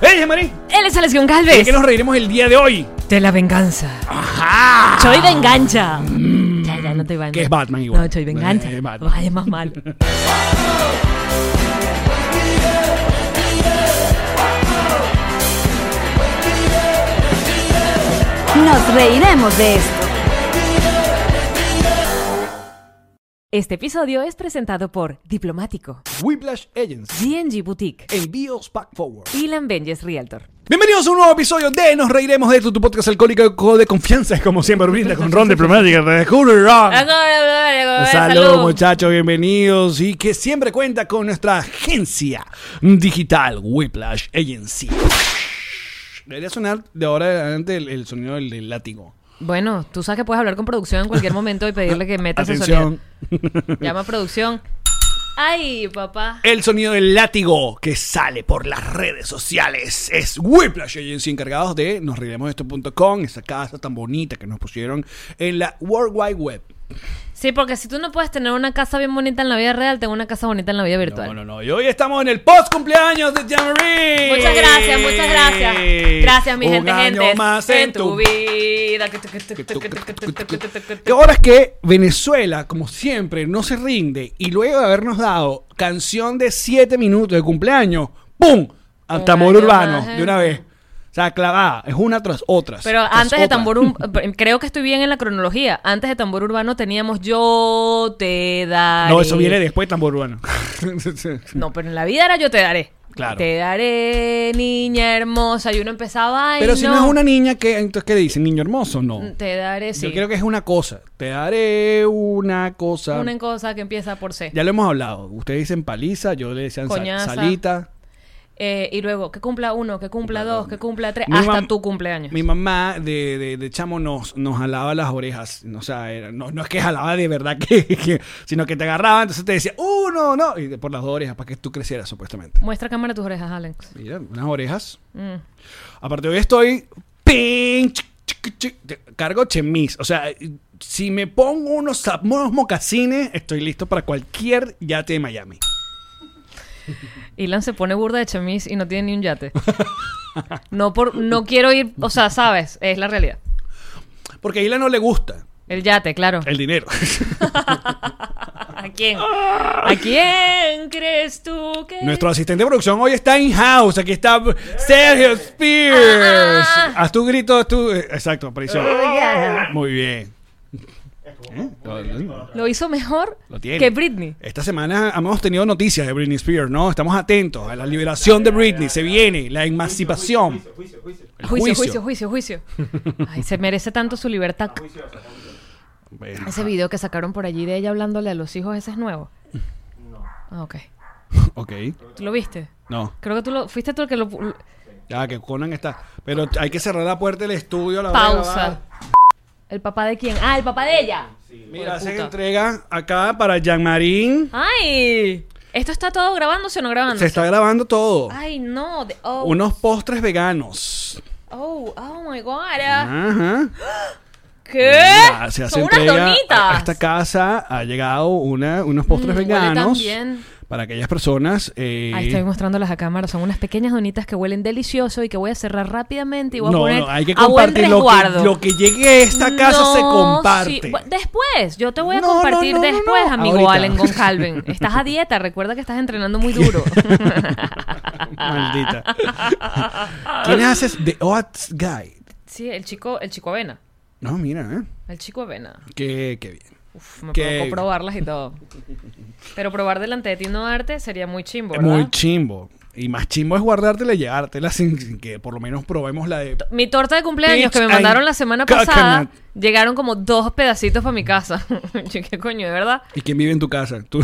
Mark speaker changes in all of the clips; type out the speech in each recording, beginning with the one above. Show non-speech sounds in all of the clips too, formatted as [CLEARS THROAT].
Speaker 1: es Marí?
Speaker 2: Él es Alex
Speaker 1: ¿De
Speaker 2: Goncalves.
Speaker 1: qué nos reiremos el día de hoy?
Speaker 2: De la venganza.
Speaker 1: ¡Ajá! Mm.
Speaker 2: Soy venganza. Ya, ya, no te van.
Speaker 1: Que es Batman igual.
Speaker 2: No, soy venganza.
Speaker 1: Eh, Batman.
Speaker 2: Ay, es más malo.
Speaker 3: Nos reiremos de esto.
Speaker 2: Este episodio es presentado por Diplomático,
Speaker 1: Whiplash Agents.
Speaker 2: DNG Boutique,
Speaker 1: Envíos Pack Forward.
Speaker 2: y Benjes Realtor.
Speaker 1: Bienvenidos a un nuevo episodio de Nos Reiremos de esto, tu podcast alcohólico de confianza, como siempre, brinda con Ron Diplomática. Te descubre, Ron. Saludos muchachos, bienvenidos y que siempre cuenta con nuestra agencia digital Whiplash Agency. Debería sonar de ahora en adelante el, el sonido del, del látigo.
Speaker 2: Bueno, tú sabes que puedes hablar con producción en cualquier momento y pedirle que meta ese sonido.
Speaker 1: Atención,
Speaker 2: Llama a producción. Ay, papá.
Speaker 1: el sonido del látigo que sale por las redes sociales es Whiplash Agency encargados de nosreiremosdeesto.com, esa casa tan bonita que nos pusieron en la World Wide Web.
Speaker 2: Sí, porque si tú no puedes tener una casa bien bonita en la vida real, tengo una casa bonita en la vida virtual.
Speaker 1: No, no, no. Y hoy estamos en el post cumpleaños de Jamboree.
Speaker 2: Muchas gracias, muchas gracias. Gracias, mi
Speaker 1: Un
Speaker 2: gente,
Speaker 1: año
Speaker 2: gente.
Speaker 1: más en tu vida.
Speaker 2: vida.
Speaker 1: Que ahora es que Venezuela, como siempre, no se rinde y luego de habernos dado canción de 7 minutos de cumpleaños, ¡pum! A
Speaker 2: Un
Speaker 1: tambor
Speaker 2: año
Speaker 1: urbano,
Speaker 2: más.
Speaker 1: de una vez. O sea, clavada, es una tras otras.
Speaker 2: Pero
Speaker 1: tras
Speaker 2: antes de
Speaker 1: otra.
Speaker 2: tambor urbano, [LAUGHS] creo que estoy bien en la cronología. Antes de tambor urbano teníamos yo te daré.
Speaker 1: No, eso viene después de tambor urbano. [LAUGHS]
Speaker 2: No, pero en la vida era yo te daré.
Speaker 1: Claro.
Speaker 2: Te daré, niña hermosa. Y uno empezaba ay,
Speaker 1: Pero si no. es una niña, que entonces qué dice? ¿Niño hermoso? No.
Speaker 2: Te daré, Mm, sí.
Speaker 1: Yo creo que es una cosa. Te daré una cosa.
Speaker 2: Una cosa que empieza por C.
Speaker 1: Ya lo hemos hablado. Ustedes dicen paliza, yo le decían sal-
Speaker 2: Coñaza.
Speaker 1: salita.
Speaker 2: Eh, y luego, que cumpla uno, que cumpla dos, que cumpla tres,
Speaker 1: Mi
Speaker 2: hasta
Speaker 1: mam-
Speaker 2: tu cumpleaños.
Speaker 1: Mi mamá de, de- de chamo nos, nos jalaba las orejas. O sea, era- no, no es que jalaba de verdad, que, [LAUGHS] que- sino que te agarraba, entonces te decía, uno, no, y por las dos orejas, para que tú crecieras supuestamente.
Speaker 2: Muestra cámara tus orejas, Alex.
Speaker 1: Mira, unas orejas.
Speaker 2: Mm.
Speaker 1: Aparte, hoy estoy. ¡Ping! Chic, chic, chic. Te- Cargo chemis. O sea, si me pongo unos, zap- unos mocasines, estoy listo para cualquier yate de Miami.
Speaker 2: Ilan se pone burda de chemis y no tiene ni
Speaker 1: [LAUGHS]
Speaker 2: un yate. No por, no quiero ir, o sea, sabes, es la realidad.
Speaker 1: Porque a Hila no le gusta
Speaker 2: El yate, claro.
Speaker 1: el dinero.
Speaker 2: [LAUGHS]
Speaker 1: [LAUGHS]
Speaker 2: ¿A quién? ¿A quién crees tú que?
Speaker 1: Nuestro asistente de producción hoy está in house. Aquí está Sergio Spears.
Speaker 2: Ah. Oh,
Speaker 1: Haz tu grito, haz tu. eh, Exacto, aparición. Muy bien. ¿Eh?
Speaker 2: Lo hizo mejor
Speaker 1: Lo tiene.
Speaker 2: que Britney.
Speaker 1: Esta semana hemos tenido noticias de Britney Spears, ¿no? Estamos atentos a la liberación de Britney. Se viene la emancipación. El
Speaker 2: Juicio, juicio, juicio, juicio.
Speaker 1: [LAUGHS]
Speaker 2: Ay, se merece tanto su libertad.
Speaker 1: Bueno,
Speaker 2: Ese video que sacaron por allí de ella hablándole a los hijos, ese es nuevo. No. Ah, ok.
Speaker 1: Ok.
Speaker 2: ¿Tú lo viste?
Speaker 1: No.
Speaker 2: Creo que tú lo fuiste tú el que lo
Speaker 1: Ya que Conan está. Pero hay que cerrar la puerta del estudio. a La hora de
Speaker 2: pausa.
Speaker 1: grabar.
Speaker 2: ¿El papá de quién? Ah, el papá de ella.
Speaker 1: Mira,
Speaker 2: Hijo de
Speaker 1: hacen
Speaker 2: puta.
Speaker 1: entrega acá para Jean-Marín.
Speaker 2: ¡Ay! ¿Esto está todo grabándose o Ah, no grabándose?
Speaker 1: Se está grabando todo.
Speaker 2: ¡Ay, no! de- oh,
Speaker 1: Unos postres veganos.
Speaker 2: oh, oh my God.
Speaker 1: Ajá.
Speaker 2: ¿Qué?
Speaker 1: Mira, Ah, se hace
Speaker 2: Son unas
Speaker 1: entrega a- a
Speaker 2: donitas.
Speaker 1: esta casa ha llegado una, unos postres
Speaker 2: Mm, huele tan
Speaker 1: veganos
Speaker 2: bien.
Speaker 1: para aquellas personas. eh,
Speaker 2: Ahí estoy mostrándolas a cámara. Son unas pequeñas donitas que huelen delicioso y que voy a cerrar rápidamente y voy a
Speaker 1: no,
Speaker 2: poner
Speaker 1: no, hay que
Speaker 2: a buen
Speaker 1: compartir lo que,
Speaker 2: resguardo.
Speaker 1: lo que llegue a esta casa se
Speaker 2: No,
Speaker 1: comparte.
Speaker 2: sí. Bu- Después, yo te voy a
Speaker 1: No, no,
Speaker 2: compartir
Speaker 1: no, no,
Speaker 2: después,
Speaker 1: no.
Speaker 2: amigo
Speaker 1: Ahorita.
Speaker 2: Allen Goncalven. Estás a dieta, recuerda que estás entrenando muy
Speaker 1: [LAUGHS]
Speaker 2: duro.
Speaker 1: [LAUGHS] Maldita. ¿Quién haces The Oats Guy?
Speaker 2: sí, el chico, el chico avena.
Speaker 1: No, mira, ¿eh?
Speaker 2: El chico avena.
Speaker 1: Qué, qué bien.
Speaker 2: Uf, me
Speaker 1: Qué-
Speaker 2: provocó probarlas y todo. Pero probar delante de ti no arte sería muy chimbo,
Speaker 1: Es
Speaker 2: ¿verdad?
Speaker 1: Muy chimbo. Y más chimbo es guardártela y llevártela sin, sin que por lo menos probemos la de...
Speaker 2: mi torta de cumpleaños
Speaker 1: Peach
Speaker 2: que me
Speaker 1: and
Speaker 2: mandaron la semana pasada,
Speaker 1: coconut.
Speaker 2: llegaron como dos pedacitos para mi casa. [LAUGHS] Yo, ¿Qué coño, de verdad?
Speaker 1: ¿Y quién vive en tu casa? Tú.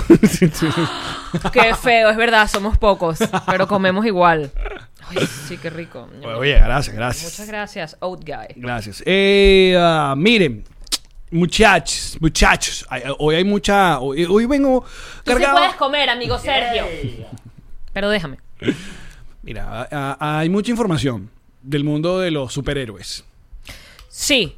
Speaker 1: [LAUGHS]
Speaker 2: Qué feo, es verdad, somos pocos, pero comemos igual. Ay, sí, qué rico.
Speaker 1: Oye, gracias, gracias.
Speaker 2: Muchas gracias, Oat Guy.
Speaker 1: Gracias. Eh, ah, miren, muchachos, muchachos, ay, ay, hoy hay mucha, hoy, hoy vengo
Speaker 2: Tú sí
Speaker 1: cargado.
Speaker 2: puedes comer, amigo Sergio. Pero déjame.
Speaker 1: Mira, ah, ah, hay mucha información del mundo de los superhéroes.
Speaker 2: Sí,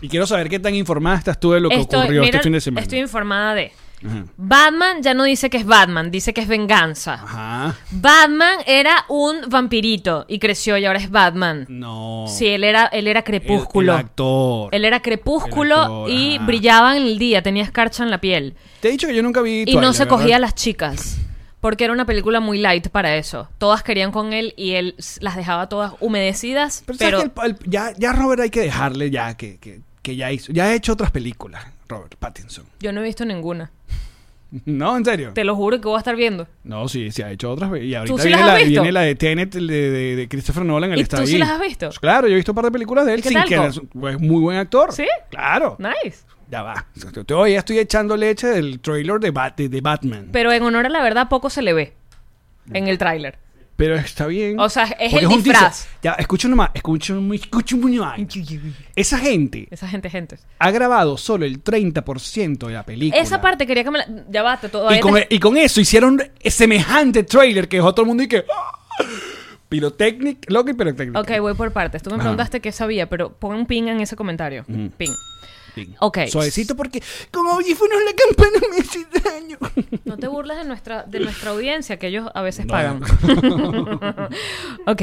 Speaker 1: Y quiero saber qué tan informada estás tú de lo que
Speaker 2: estoy,
Speaker 1: ocurrió
Speaker 2: mira,
Speaker 1: este fin de semana.
Speaker 2: estoy informada de
Speaker 1: Ajá.
Speaker 2: Batman ya no dice que es Batman, dice que es venganza.
Speaker 1: Ajá.
Speaker 2: Batman era un vampirito y creció y ahora es Batman.
Speaker 1: No.
Speaker 2: Sí, él era, él era
Speaker 1: El-
Speaker 2: crepúsculo.
Speaker 1: El, actor.
Speaker 2: Él era crepúsculo
Speaker 1: El actor,
Speaker 2: y
Speaker 1: ajá.
Speaker 2: brillaba en el día, tenía escarcha en la piel.
Speaker 1: Te he dicho que yo nunca vi.
Speaker 2: Y no se cogía a
Speaker 1: la.
Speaker 2: las chicas. Porque era una película muy light para eso. Todas querían con él y él s- las dejaba todas humedecidas.
Speaker 1: Pero,
Speaker 2: Pero,
Speaker 1: ¿sabes que el- el- ya, ya Robert hay que dejarle ya que, que, que ya hizo. Ya ha hecho otras películas, Robert Pattinson. [LAUGHS]
Speaker 2: yo no he visto ninguna.
Speaker 1: No, en serio.
Speaker 2: Te lo juro que voy a estar viendo.
Speaker 1: No, sí, sí ha hecho otras. ve- Y ahorita
Speaker 2: sí
Speaker 1: viene,
Speaker 2: las has
Speaker 1: la,
Speaker 2: visto?
Speaker 1: viene la de Tenet el de, de- de Christopher Nolan. Él
Speaker 2: ¿Y
Speaker 1: está
Speaker 2: tú sí
Speaker 1: ahí.
Speaker 2: las has visto?
Speaker 1: Pues claro, yo he visto un par de películas de él
Speaker 2: ¿Y qué
Speaker 1: sin
Speaker 2: tal,
Speaker 1: que
Speaker 2: co?
Speaker 1: es un- es muy buen actor.
Speaker 2: ¿Sí?
Speaker 1: Claro.
Speaker 2: Nice.
Speaker 1: Ya va. Yo Todavía estoy echando leche del trailer de, Bat- de, de Batman. Pero,
Speaker 2: Pero en honor a la verdad, poco se le ve en el tráiler.
Speaker 1: está bien.
Speaker 2: O sea, es
Speaker 1: Porque
Speaker 2: el
Speaker 1: un teaser.
Speaker 2: disfraz.
Speaker 1: Ya, escuchen nomás. Escuchen, muy- escuchen muy
Speaker 2: [LAUGHS]
Speaker 1: bien. Esa gente
Speaker 2: Esa gente, gente.
Speaker 1: ha grabado solo el 30% de la película.
Speaker 2: Esa parte quería que me la... Ya basta,
Speaker 1: Y
Speaker 2: todavía...
Speaker 1: con, e,
Speaker 2: te-
Speaker 1: y con eso hicieron semejante trailer que dejó todo el mundo y que. ¡ah! Pirotecnic, loco y pirotecnic.
Speaker 2: Ok, voy por partes. Tú me
Speaker 1: Ajá.
Speaker 2: preguntaste qué sabía, pero pon un ping en ese comentario. Ping.
Speaker 1: Bien.
Speaker 2: Ok.
Speaker 1: Suavecito porque con audífonos la campana me hace daño.
Speaker 2: No te burles de nuestra, de nuestra audiencia, que ellos a veces
Speaker 1: No.
Speaker 2: pagan. [LAUGHS] ok.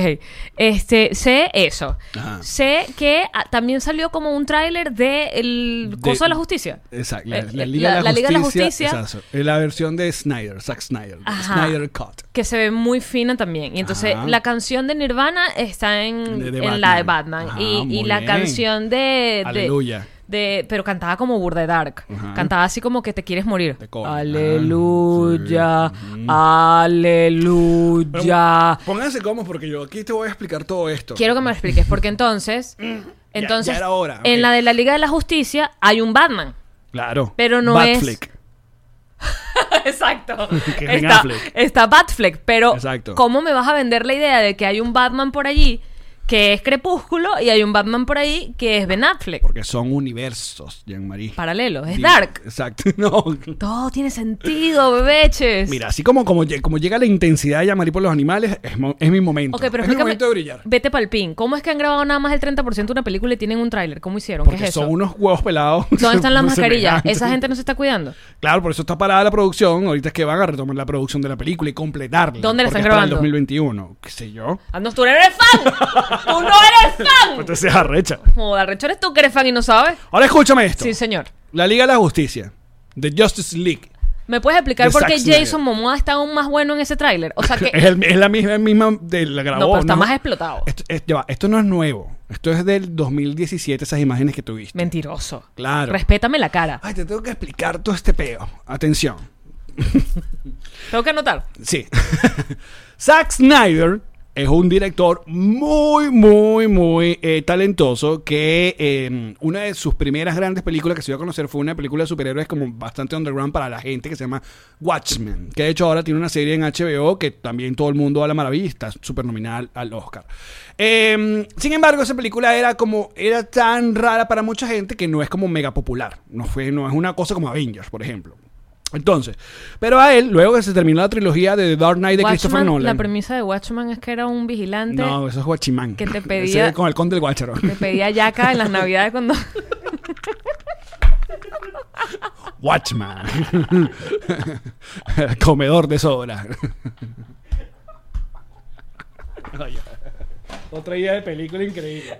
Speaker 2: Este, sé eso.
Speaker 1: Ajá.
Speaker 2: Sé que ah, también salió como un tráiler de el
Speaker 1: De-
Speaker 2: Coso de la Justicia.
Speaker 1: Exacto, la,
Speaker 2: Eh,
Speaker 1: la
Speaker 2: eh,
Speaker 1: Liga, de la
Speaker 2: la Liga de la
Speaker 1: Justicia.
Speaker 2: Justicia.
Speaker 1: exacto, es la versión de Snyder, Zack Snyder.
Speaker 2: Ajá.
Speaker 1: Snyder Cut.
Speaker 2: Que se ve muy fina también. Y entonces
Speaker 1: Ajá.
Speaker 2: la canción de Nirvana está en,
Speaker 1: De- de
Speaker 2: en la de
Speaker 1: Batman.
Speaker 2: Batman.
Speaker 1: Ajá,
Speaker 2: y y
Speaker 1: muy
Speaker 2: la
Speaker 1: bien.
Speaker 2: canción de, de,
Speaker 1: Aleluya.
Speaker 2: de- Pero cantaba como Burda de Dark.
Speaker 1: Ajá.
Speaker 2: Cantaba así como que te quieres morir.
Speaker 1: De cover.
Speaker 2: Aleluya.
Speaker 1: Ah, sí.
Speaker 2: Aleluya.
Speaker 1: Pónganse cómodos porque yo aquí te voy a explicar todo esto.
Speaker 2: Quiero que me lo expliques, porque entonces,
Speaker 1: [LAUGHS]
Speaker 2: entonces
Speaker 1: ya era hora, ok.
Speaker 2: en la de la Liga de la Justicia hay un Batman.
Speaker 1: Claro.
Speaker 2: Pero no es-
Speaker 1: Batfleck.
Speaker 2: Exacto.
Speaker 1: Que es Ben
Speaker 2: está,
Speaker 1: Affleck.
Speaker 2: está Batfleck, pero
Speaker 1: Exacto.
Speaker 2: ¿cómo me vas a vender la idea de que hay un Batman por allí que es Crepúsculo y hay un Batman por ahí que es Ben Affleck?
Speaker 1: Porque son universos, Jean-Marie.
Speaker 2: Paralelo, es
Speaker 1: Di-
Speaker 2: Dark.
Speaker 1: Exacto. [LAUGHS] No.
Speaker 2: Todo tiene sentido, bebeches.
Speaker 1: Mira, así como, como, lle- como llega la intensidad de Jean-Marie por los animales, es, mo- es mi momento.
Speaker 2: Ok, pero
Speaker 1: es mi
Speaker 2: explícame,
Speaker 1: momento de brillar.
Speaker 2: vete pa'l pin. ¿Cómo es que han grabado nada más el 30% de una película y tienen un tráiler? ¿Cómo hicieron?
Speaker 1: Porque
Speaker 2: ¿Qué es eso?
Speaker 1: son unos huevos pelados. [LAUGHS]
Speaker 2: ¿Dónde están las mascarillas?
Speaker 1: semejantes.
Speaker 2: Esa gente no se está cuidando.
Speaker 1: Claro, por eso está parada la producción. Ahorita es que van a retomar la producción de la película y completarla.
Speaker 2: ¿Dónde la
Speaker 1: Porque
Speaker 2: están
Speaker 1: es para el
Speaker 2: grabando?
Speaker 1: 2021. ¿Qué sé yo?
Speaker 2: Ah, no, tú no eres fan. tú no eres fan.
Speaker 1: Entonces es arrecha.
Speaker 2: Joder, Recho, eres tú que eres fan y no sabes.
Speaker 1: Ahora escúchame esto.
Speaker 2: Sí, señor.
Speaker 1: La Liga de la Justicia. The Justice League.
Speaker 2: ¿Me puedes explicar
Speaker 1: De
Speaker 2: por
Speaker 1: Zack
Speaker 2: qué
Speaker 1: Snyder.
Speaker 2: Jason Momoa está aún más bueno en ese tráiler? O sea que.
Speaker 1: [LAUGHS] Es, el- es la misma, misma de la grabó.
Speaker 2: Eh, no, pero está más explotado.
Speaker 1: Esto, es- ya va, esto no es nuevo. Esto es del 2017, esas imágenes que tuviste.
Speaker 2: Mentiroso.
Speaker 1: Claro.
Speaker 2: Respétame la cara.
Speaker 1: Ay, te tengo que explicar todo este peo. Atención.
Speaker 2: Tengo que anotar.
Speaker 1: Sí. [LAUGHS] Zack Snyder es un director muy, muy, muy eh, talentoso que eh, una de sus primeras grandes películas que se dio a conocer fue una película de superhéroes como bastante underground para la gente que se llama Watchmen, que de hecho ahora tiene una serie en HBO que también todo el mundo habla maravilla y está súper nominada al, al Oscar. Eh, sin embargo, esa película era como, era tan rara para mucha gente que no es como mega popular, no, fue, no es una cosa como Avengers, por ejemplo. Entonces, pero a él, luego que se terminó la trilogía de The Dark Knight de Christopher
Speaker 2: Watchman,
Speaker 1: Nolan.
Speaker 2: La premisa de Watchman es que era un vigilante
Speaker 1: No, eso es Guachimán.
Speaker 2: que
Speaker 1: [LAUGHS]
Speaker 2: te
Speaker 1: Ese
Speaker 2: pedía-
Speaker 1: es con el conde del Guacharo.
Speaker 2: que pedía yaca en las
Speaker 1: [LAUGHS]
Speaker 2: navidades cuando.
Speaker 1: Watchman. [LAUGHS] Comedor de sobra. Otra idea de película increíble.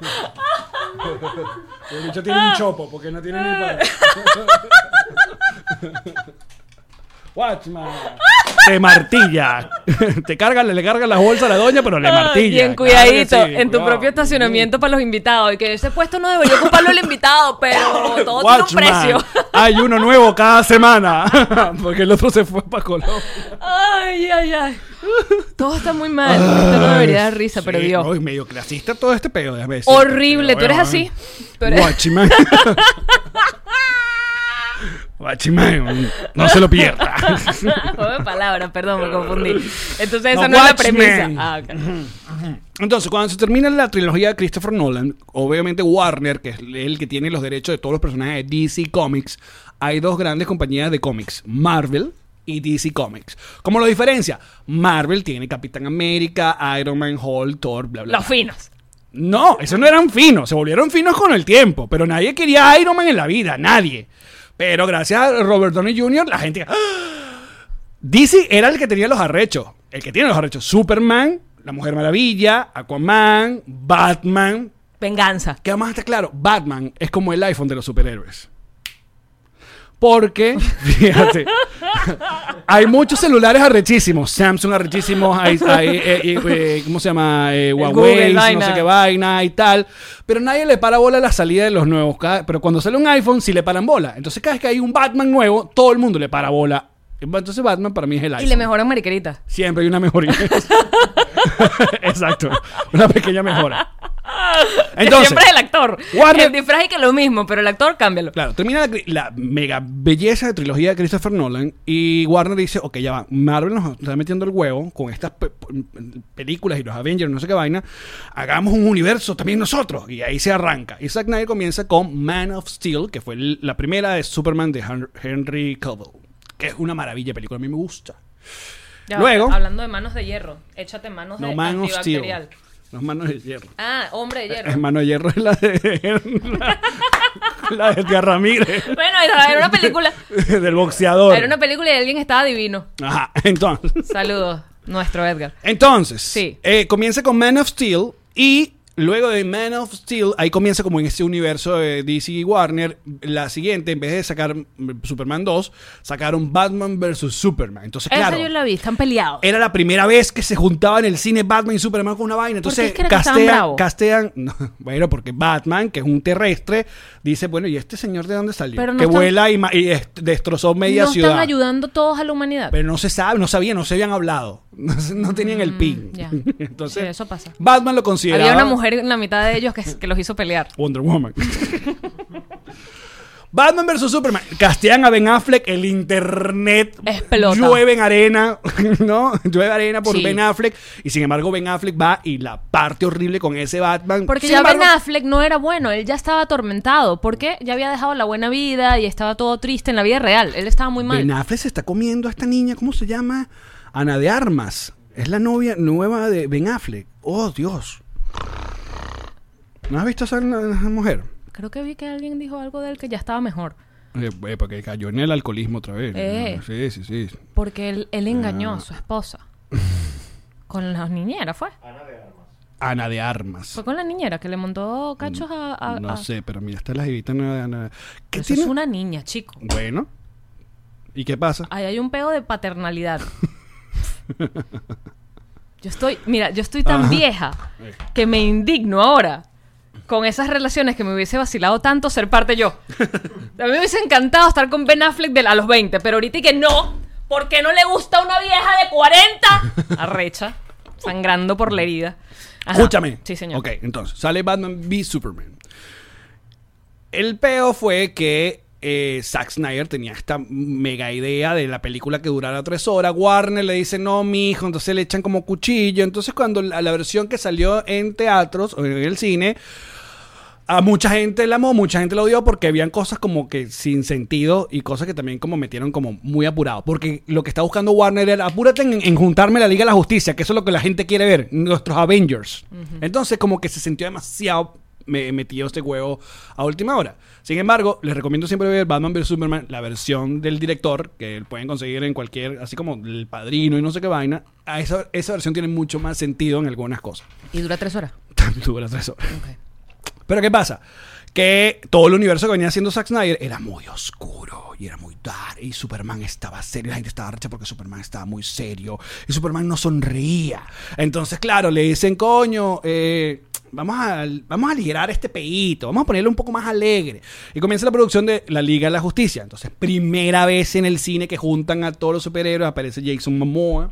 Speaker 2: [LAUGHS]
Speaker 1: El bicho tiene un chopo porque no tiene ni
Speaker 2: [LAUGHS]
Speaker 1: para. Watchman. Te martilla. [LAUGHS] Te cargan, le cargan las bolsas a la doña, pero le martilla.
Speaker 2: Bien
Speaker 1: Claro que
Speaker 2: cuidadito,
Speaker 1: sí,
Speaker 2: en tu
Speaker 1: cuidado.
Speaker 2: propio estacionamiento para los invitados. Y que ese puesto no debería ocuparlo el invitado,
Speaker 1: [LAUGHS]
Speaker 2: pero todo
Speaker 1: Watchman.
Speaker 2: tiene un precio.
Speaker 1: Hay uno nuevo cada semana. [LAUGHS] Porque el otro se fue para Colombia.
Speaker 2: Ay, ay, ay. [LAUGHS] Todo está muy mal. Esto no debería dar risa,
Speaker 1: Sí,
Speaker 2: pero Dios.
Speaker 1: no, y medio clasista todo este pedo de veces.
Speaker 2: Horrible. Tú eres así. Tú eres-
Speaker 1: Watchman.
Speaker 2: [LAUGHS]
Speaker 1: Watchman. No se lo pierda.
Speaker 2: [LAUGHS] Juego de palabras, perdón, me confundí. Entonces esa
Speaker 1: No,
Speaker 2: no, es la
Speaker 1: Watchmen.
Speaker 2: premisa. Ah, ok.
Speaker 1: Entonces, cuando se termina la trilogía de Christopher Nolan, obviamente Warner, que es el que tiene los derechos de todos los personajes de DC Comics, hay dos grandes compañías de cómics, Marvel y DC Comics. ¿Cómo lo diferencia? Marvel tiene Capitán América, Iron Man, Hulk, Thor, bla, bla.
Speaker 2: Los
Speaker 1: bla.
Speaker 2: finos.
Speaker 1: No, esos no eran finos, se volvieron finos con el tiempo, pero nadie quería a Iron Man en la vida, nadie. Pero gracias a Robert Downey Jr., la gente. ¡ah! DC era el que tenía los arrechos. El que tiene los arrechos. Superman, La Mujer Maravilla, Aquaman, Batman.
Speaker 2: Venganza.
Speaker 1: Que además está claro, Batman es como el iPhone de los superhéroes. Porque, [LAUGHS] fíjate, hay muchos celulares arrechísimos. Samsung arrechísimos, hay, hay, eh, eh, eh, ¿cómo se llama? Eh, Huawei,
Speaker 4: Google,
Speaker 1: no
Speaker 4: vaina.
Speaker 1: sé qué vaina y tal. Pero nadie le para bola a la salida de los nuevos. Cada- Pero cuando sale un iPhone, sí le paran bola. Entonces, cada vez que hay un Batman nuevo, todo el mundo le para bola. Entonces, Batman para mí es el iPhone.
Speaker 4: Y le mejoran mariquerita.
Speaker 1: Siempre hay
Speaker 4: [LAUGHS]
Speaker 1: una mejoría. [LAUGHS] Exacto. Una pequeña mejora.
Speaker 4: Que
Speaker 2: [LAUGHS]
Speaker 1: Entonces,
Speaker 4: siempre es el actor.
Speaker 1: Warner-
Speaker 4: El disfraz y que lo mismo, pero el actor cámbialo.
Speaker 1: Claro, termina la, la mega belleza de trilogía de Christopher Nolan y Warner dice, ok, ya va, Marvel nos está metiendo el huevo con estas pe- pe- películas y los Avengers, no sé qué vaina, hagamos un universo también nosotros y ahí se arranca. Y Zack Snyder comienza con Man of Steel, que fue el- la primera de Superman de Hen- Henry Cavill, que es una maravilla de película, a mí me gusta.
Speaker 4: Ya,
Speaker 1: Luego-
Speaker 4: Hablando de manos de hierro, échate manos
Speaker 1: No,
Speaker 4: de
Speaker 1: Man of Steel.
Speaker 4: antibacterial.
Speaker 1: Los manos de hierro.
Speaker 4: Ah, hombre de hierro.
Speaker 1: Es [LAUGHS] mano de hierro es la de... [LAUGHS] la de Tía Ramírez. [LAUGHS]
Speaker 4: Bueno, era era una película.
Speaker 1: del boxeador.
Speaker 4: Era una película y alguien estaba divino.
Speaker 1: Ajá, entonces.
Speaker 4: Saludos, nuestro Edgar.
Speaker 1: Entonces,
Speaker 4: Sí.
Speaker 1: eh, comienza con Man of Steel y luego de Man of Steel, ahí comienza como en ese universo de DC y Warner. La siguiente, en vez de sacar mm, Superman 2, sacaron Batman vs. Superman. Entonces, claro.
Speaker 2: Esa yo la vi, están peleados.
Speaker 1: Era la primera vez que se juntaban el cine Batman y Superman con una vaina.
Speaker 2: ¿Por qué
Speaker 1: Entonces,
Speaker 2: es que era que
Speaker 1: castean,
Speaker 2: estaban bravos?
Speaker 1: castean- [LAUGHS] no, bueno, porque Batman, que es un terrestre, dice, bueno, ¿y este señor de dónde salió?
Speaker 2: Pero no
Speaker 1: que
Speaker 2: están-
Speaker 1: vuela y, ma- y est- destrozó media
Speaker 2: no
Speaker 1: ciudad.
Speaker 2: están ayudando todos a la humanidad.
Speaker 1: Pero no se sabe, no sabían, no se habían hablado. No, se- no tenían el pin.
Speaker 4: Mm, ya.
Speaker 1: [LAUGHS] Entonces,
Speaker 2: Sí, eso pasa.
Speaker 1: Batman lo consideraba
Speaker 4: Había una mujer en la mitad de ellos que, que los hizo pelear.
Speaker 1: Wonder Woman. [LAUGHS] Batman versus Superman. Castean a Ben Affleck, el internet
Speaker 4: Explota.
Speaker 1: llueve en arena, [LAUGHS] ¿no? Llueve arena por
Speaker 4: Sí.
Speaker 1: Ben Affleck. Y sin embargo, Ben Affleck va y la parte horrible con ese Batman.
Speaker 2: Porque
Speaker 1: Sin
Speaker 2: ya
Speaker 1: embargo,
Speaker 2: Ben Affleck no era bueno, él ya estaba atormentado, porque ya había dejado la buena vida y estaba todo triste en la vida real, él estaba muy mal.
Speaker 1: Ben Affleck se está comiendo a esta niña, ¿cómo se llama? Ana de Armas. Es la novia nueva de Ben Affleck. Oh, Dios. ¿No has visto a esa, esa mujer?
Speaker 4: Creo que vi que alguien dijo algo de él que ya estaba mejor.
Speaker 1: Eh, eh, porque cayó en el alcoholismo otra vez. Ah,
Speaker 4: Eh.
Speaker 1: Sí, sí, sí.
Speaker 4: Porque él, él
Speaker 1: Ah.
Speaker 4: engañó a su
Speaker 1: [LAUGHS]
Speaker 4: esposa. Con la niñera, ¿fue?
Speaker 1: Ana de Armas.
Speaker 4: Fue con la niñera que le montó cachos a... a-
Speaker 1: No
Speaker 4: a-
Speaker 1: sé, pero mira, está la jevita Ana de Ana. ¿Qué
Speaker 4: Pero eso
Speaker 1: tiene?
Speaker 4: es una niña, chico.
Speaker 1: Bueno. ¿Y qué pasa?
Speaker 4: Ahí hay un pedo de paternalidad. Yo estoy, mira, yo estoy tan vieja que me indigno ahora con esas relaciones que me hubiese vacilado tanto ser parte yo. A mí me hubiese encantado estar con Ben Affleck de- a los 20, pero ahorita y que no, porque no le gusta una vieja de 40? Arrecha, sangrando por la herida. Ajá.
Speaker 1: Escúchame.
Speaker 4: Sí, señor.
Speaker 1: Ok, entonces, sale Batman v Superman. El peo fue que eh, Zack Snyder tenía esta mega idea de la película que durara tres horas. Warner le dice, no, mijo, entonces le echan como cuchillo. Entonces, cuando la, la versión que salió en teatros o en el cine, a mucha gente la amó, mucha gente la odió porque habían cosas como que sin sentido y cosas que también como metieron como muy apurado. Porque lo que está buscando Warner era apúrate en, en juntarme la Liga de la Justicia, que eso es lo que la gente quiere ver, nuestros Avengers. Entonces como que se sintió demasiado me- metido este huevo a última hora. Sin embargo, les recomiendo siempre ver Batman vs. Superman, la versión del director, que pueden conseguir en cualquier, así como El Padrino y no sé qué vaina. A esa, esa versión tiene mucho más sentido en algunas cosas.
Speaker 4: Y dura tres horas.
Speaker 1: [LAUGHS] Dura tres horas. Pero ¿qué pasa? Que todo el universo que venía haciendo Zack Snyder era muy oscuro y era muy dark. Y Superman estaba serio. La gente estaba archa porque Superman estaba muy serio. Y Superman no sonreía. Entonces, claro, le dicen, coño, eh, vamos, a, vamos a aligerar este peito. Vamos a ponerle un poco más alegre. Y comienza la producción de La Liga de la Justicia. Entonces, primera vez en el cine que juntan a todos los superhéroes. Aparece Jason Momoa.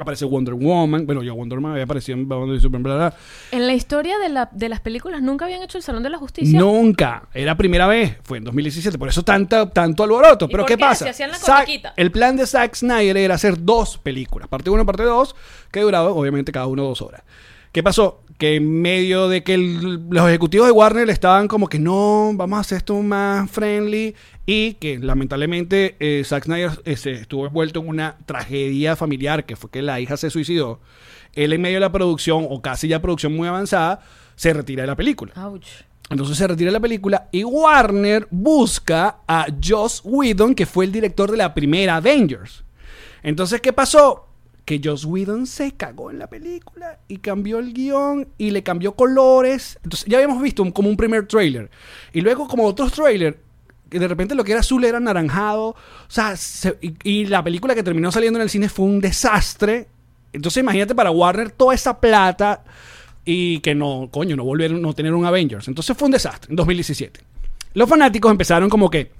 Speaker 1: Aparece Wonder Woman. Bueno, ya Wonder Woman había aparecido en Batman y Superman. bla, bla, bla.
Speaker 4: En la historia de, la- de las películas nunca habían hecho el Salón de la Justicia.
Speaker 1: Nunca. Era primera vez. Fue en 2017. Por eso tanta, tanto alboroto.
Speaker 4: ¿Y
Speaker 1: Pero
Speaker 4: por
Speaker 1: ¿qué,
Speaker 4: qué?
Speaker 1: pasa?
Speaker 4: Si hacían la
Speaker 1: Zack-
Speaker 4: comiquita.
Speaker 1: el plan de Zack Snyder era hacer dos películas. Parte 1, parte 2. Que duraba obviamente cada uno dos horas. ¿Qué pasó? Que en medio de que el- los ejecutivos de Warner estaban como que no, vamos a hacer esto más friendly. Y que lamentablemente eh, Zack Snyder eh, se estuvo envuelto en una tragedia familiar que fue que la hija se suicidó. Él en medio de la producción o casi ya producción muy avanzada se retira de la película.
Speaker 4: Ouch.
Speaker 1: Entonces se retira la película y Warner busca a Joss Whedon, que fue el director de la primera Avengers. Entonces, ¿qué pasó? Que Joss Whedon se cagó en la película y cambió el guión y le cambió colores. Entonces, ya habíamos visto un- como un primer trailer. Y luego, como otros trailers, que de repente lo que era azul era anaranjado. O sea, se- y, y la película que terminó saliendo en el cine fue un desastre. Entonces, imagínate para Warner toda esa plata y que no, coño, no volvieron, no tener un Avengers. Entonces fue un desastre en 2017. Los fanáticos empezaron como que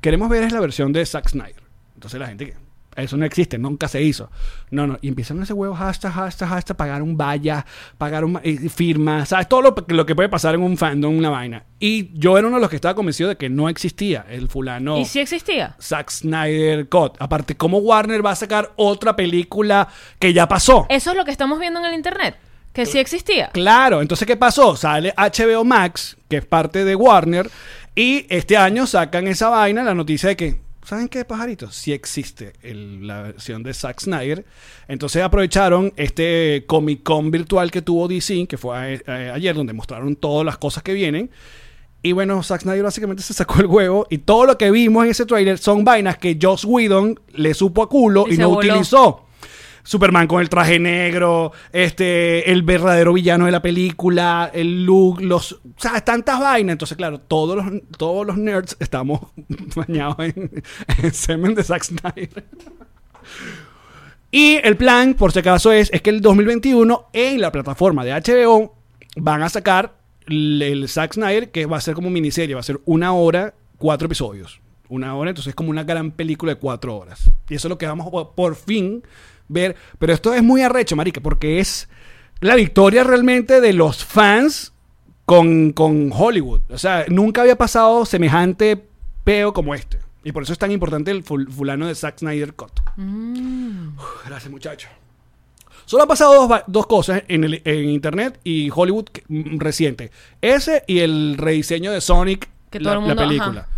Speaker 1: queremos ver es la versión de Zack Snyder. Entonces la gente que eso no existe, nunca se hizo. No, no, y empezaron ese huevo hashtag, hashtag, hashtag, pagaron vallas, pagaron eh, firmas, ¿sabes? Todo lo, lo que puede pasar en un fandom, una vaina. Y yo era uno de los que estaba convencido de que no existía el fulano.
Speaker 4: ¿Y si existía?
Speaker 1: Zack Snyder Cut. Aparte, ¿cómo Warner va a sacar otra película que ya pasó?
Speaker 4: Eso es lo que estamos viendo en el internet. Que sí existía.
Speaker 1: Claro, entonces ¿qué pasó? Sale HBO Max, que es parte de Warner, y este año sacan esa vaina, la noticia de que, ¿saben qué, pajaritos? Si existe el- la versión de Zack Snyder. Entonces aprovecharon este Comic Con virtual que tuvo DC, que fue a- a- ayer, donde mostraron todas las cosas que vienen. Y bueno, Zack Snyder básicamente se sacó el huevo y todo lo que vimos en ese tráiler son vainas que Joss Whedon le supo a culo
Speaker 4: Y
Speaker 1: y,
Speaker 4: se
Speaker 1: no
Speaker 4: voló.
Speaker 1: utilizó. Superman con el traje negro, este, el verdadero villano de la película, el look, los, o sea, tantas vainas. Entonces, claro, todos los, todos los nerds estamos [LAUGHS] bañados en, en semen de Zack Snyder. Y el plan, por si acaso, es, es que el 2021 en la plataforma de HBO van a sacar el, el Zack Snyder, que va a ser como miniserie, va a ser una hora, cuatro episodios. Una hora, entonces es como una gran película de cuatro horas. Y eso es lo que vamos a po- por fin ver. Pero esto es muy arrecho, marica, porque es la victoria realmente de los fans con, con Hollywood. O sea, nunca había pasado semejante peo como este. Y por eso es tan importante el ful- fulano de Zack Snyder Cut.
Speaker 4: Mm,
Speaker 1: Gracias, muchacho. Solo han pasado dos, va- dos cosas en, el- en internet y Hollywood que- mm, reciente. Ese y el rediseño de Sonic,
Speaker 4: Que
Speaker 1: la,
Speaker 4: todo el
Speaker 1: la
Speaker 4: mundo,
Speaker 1: película.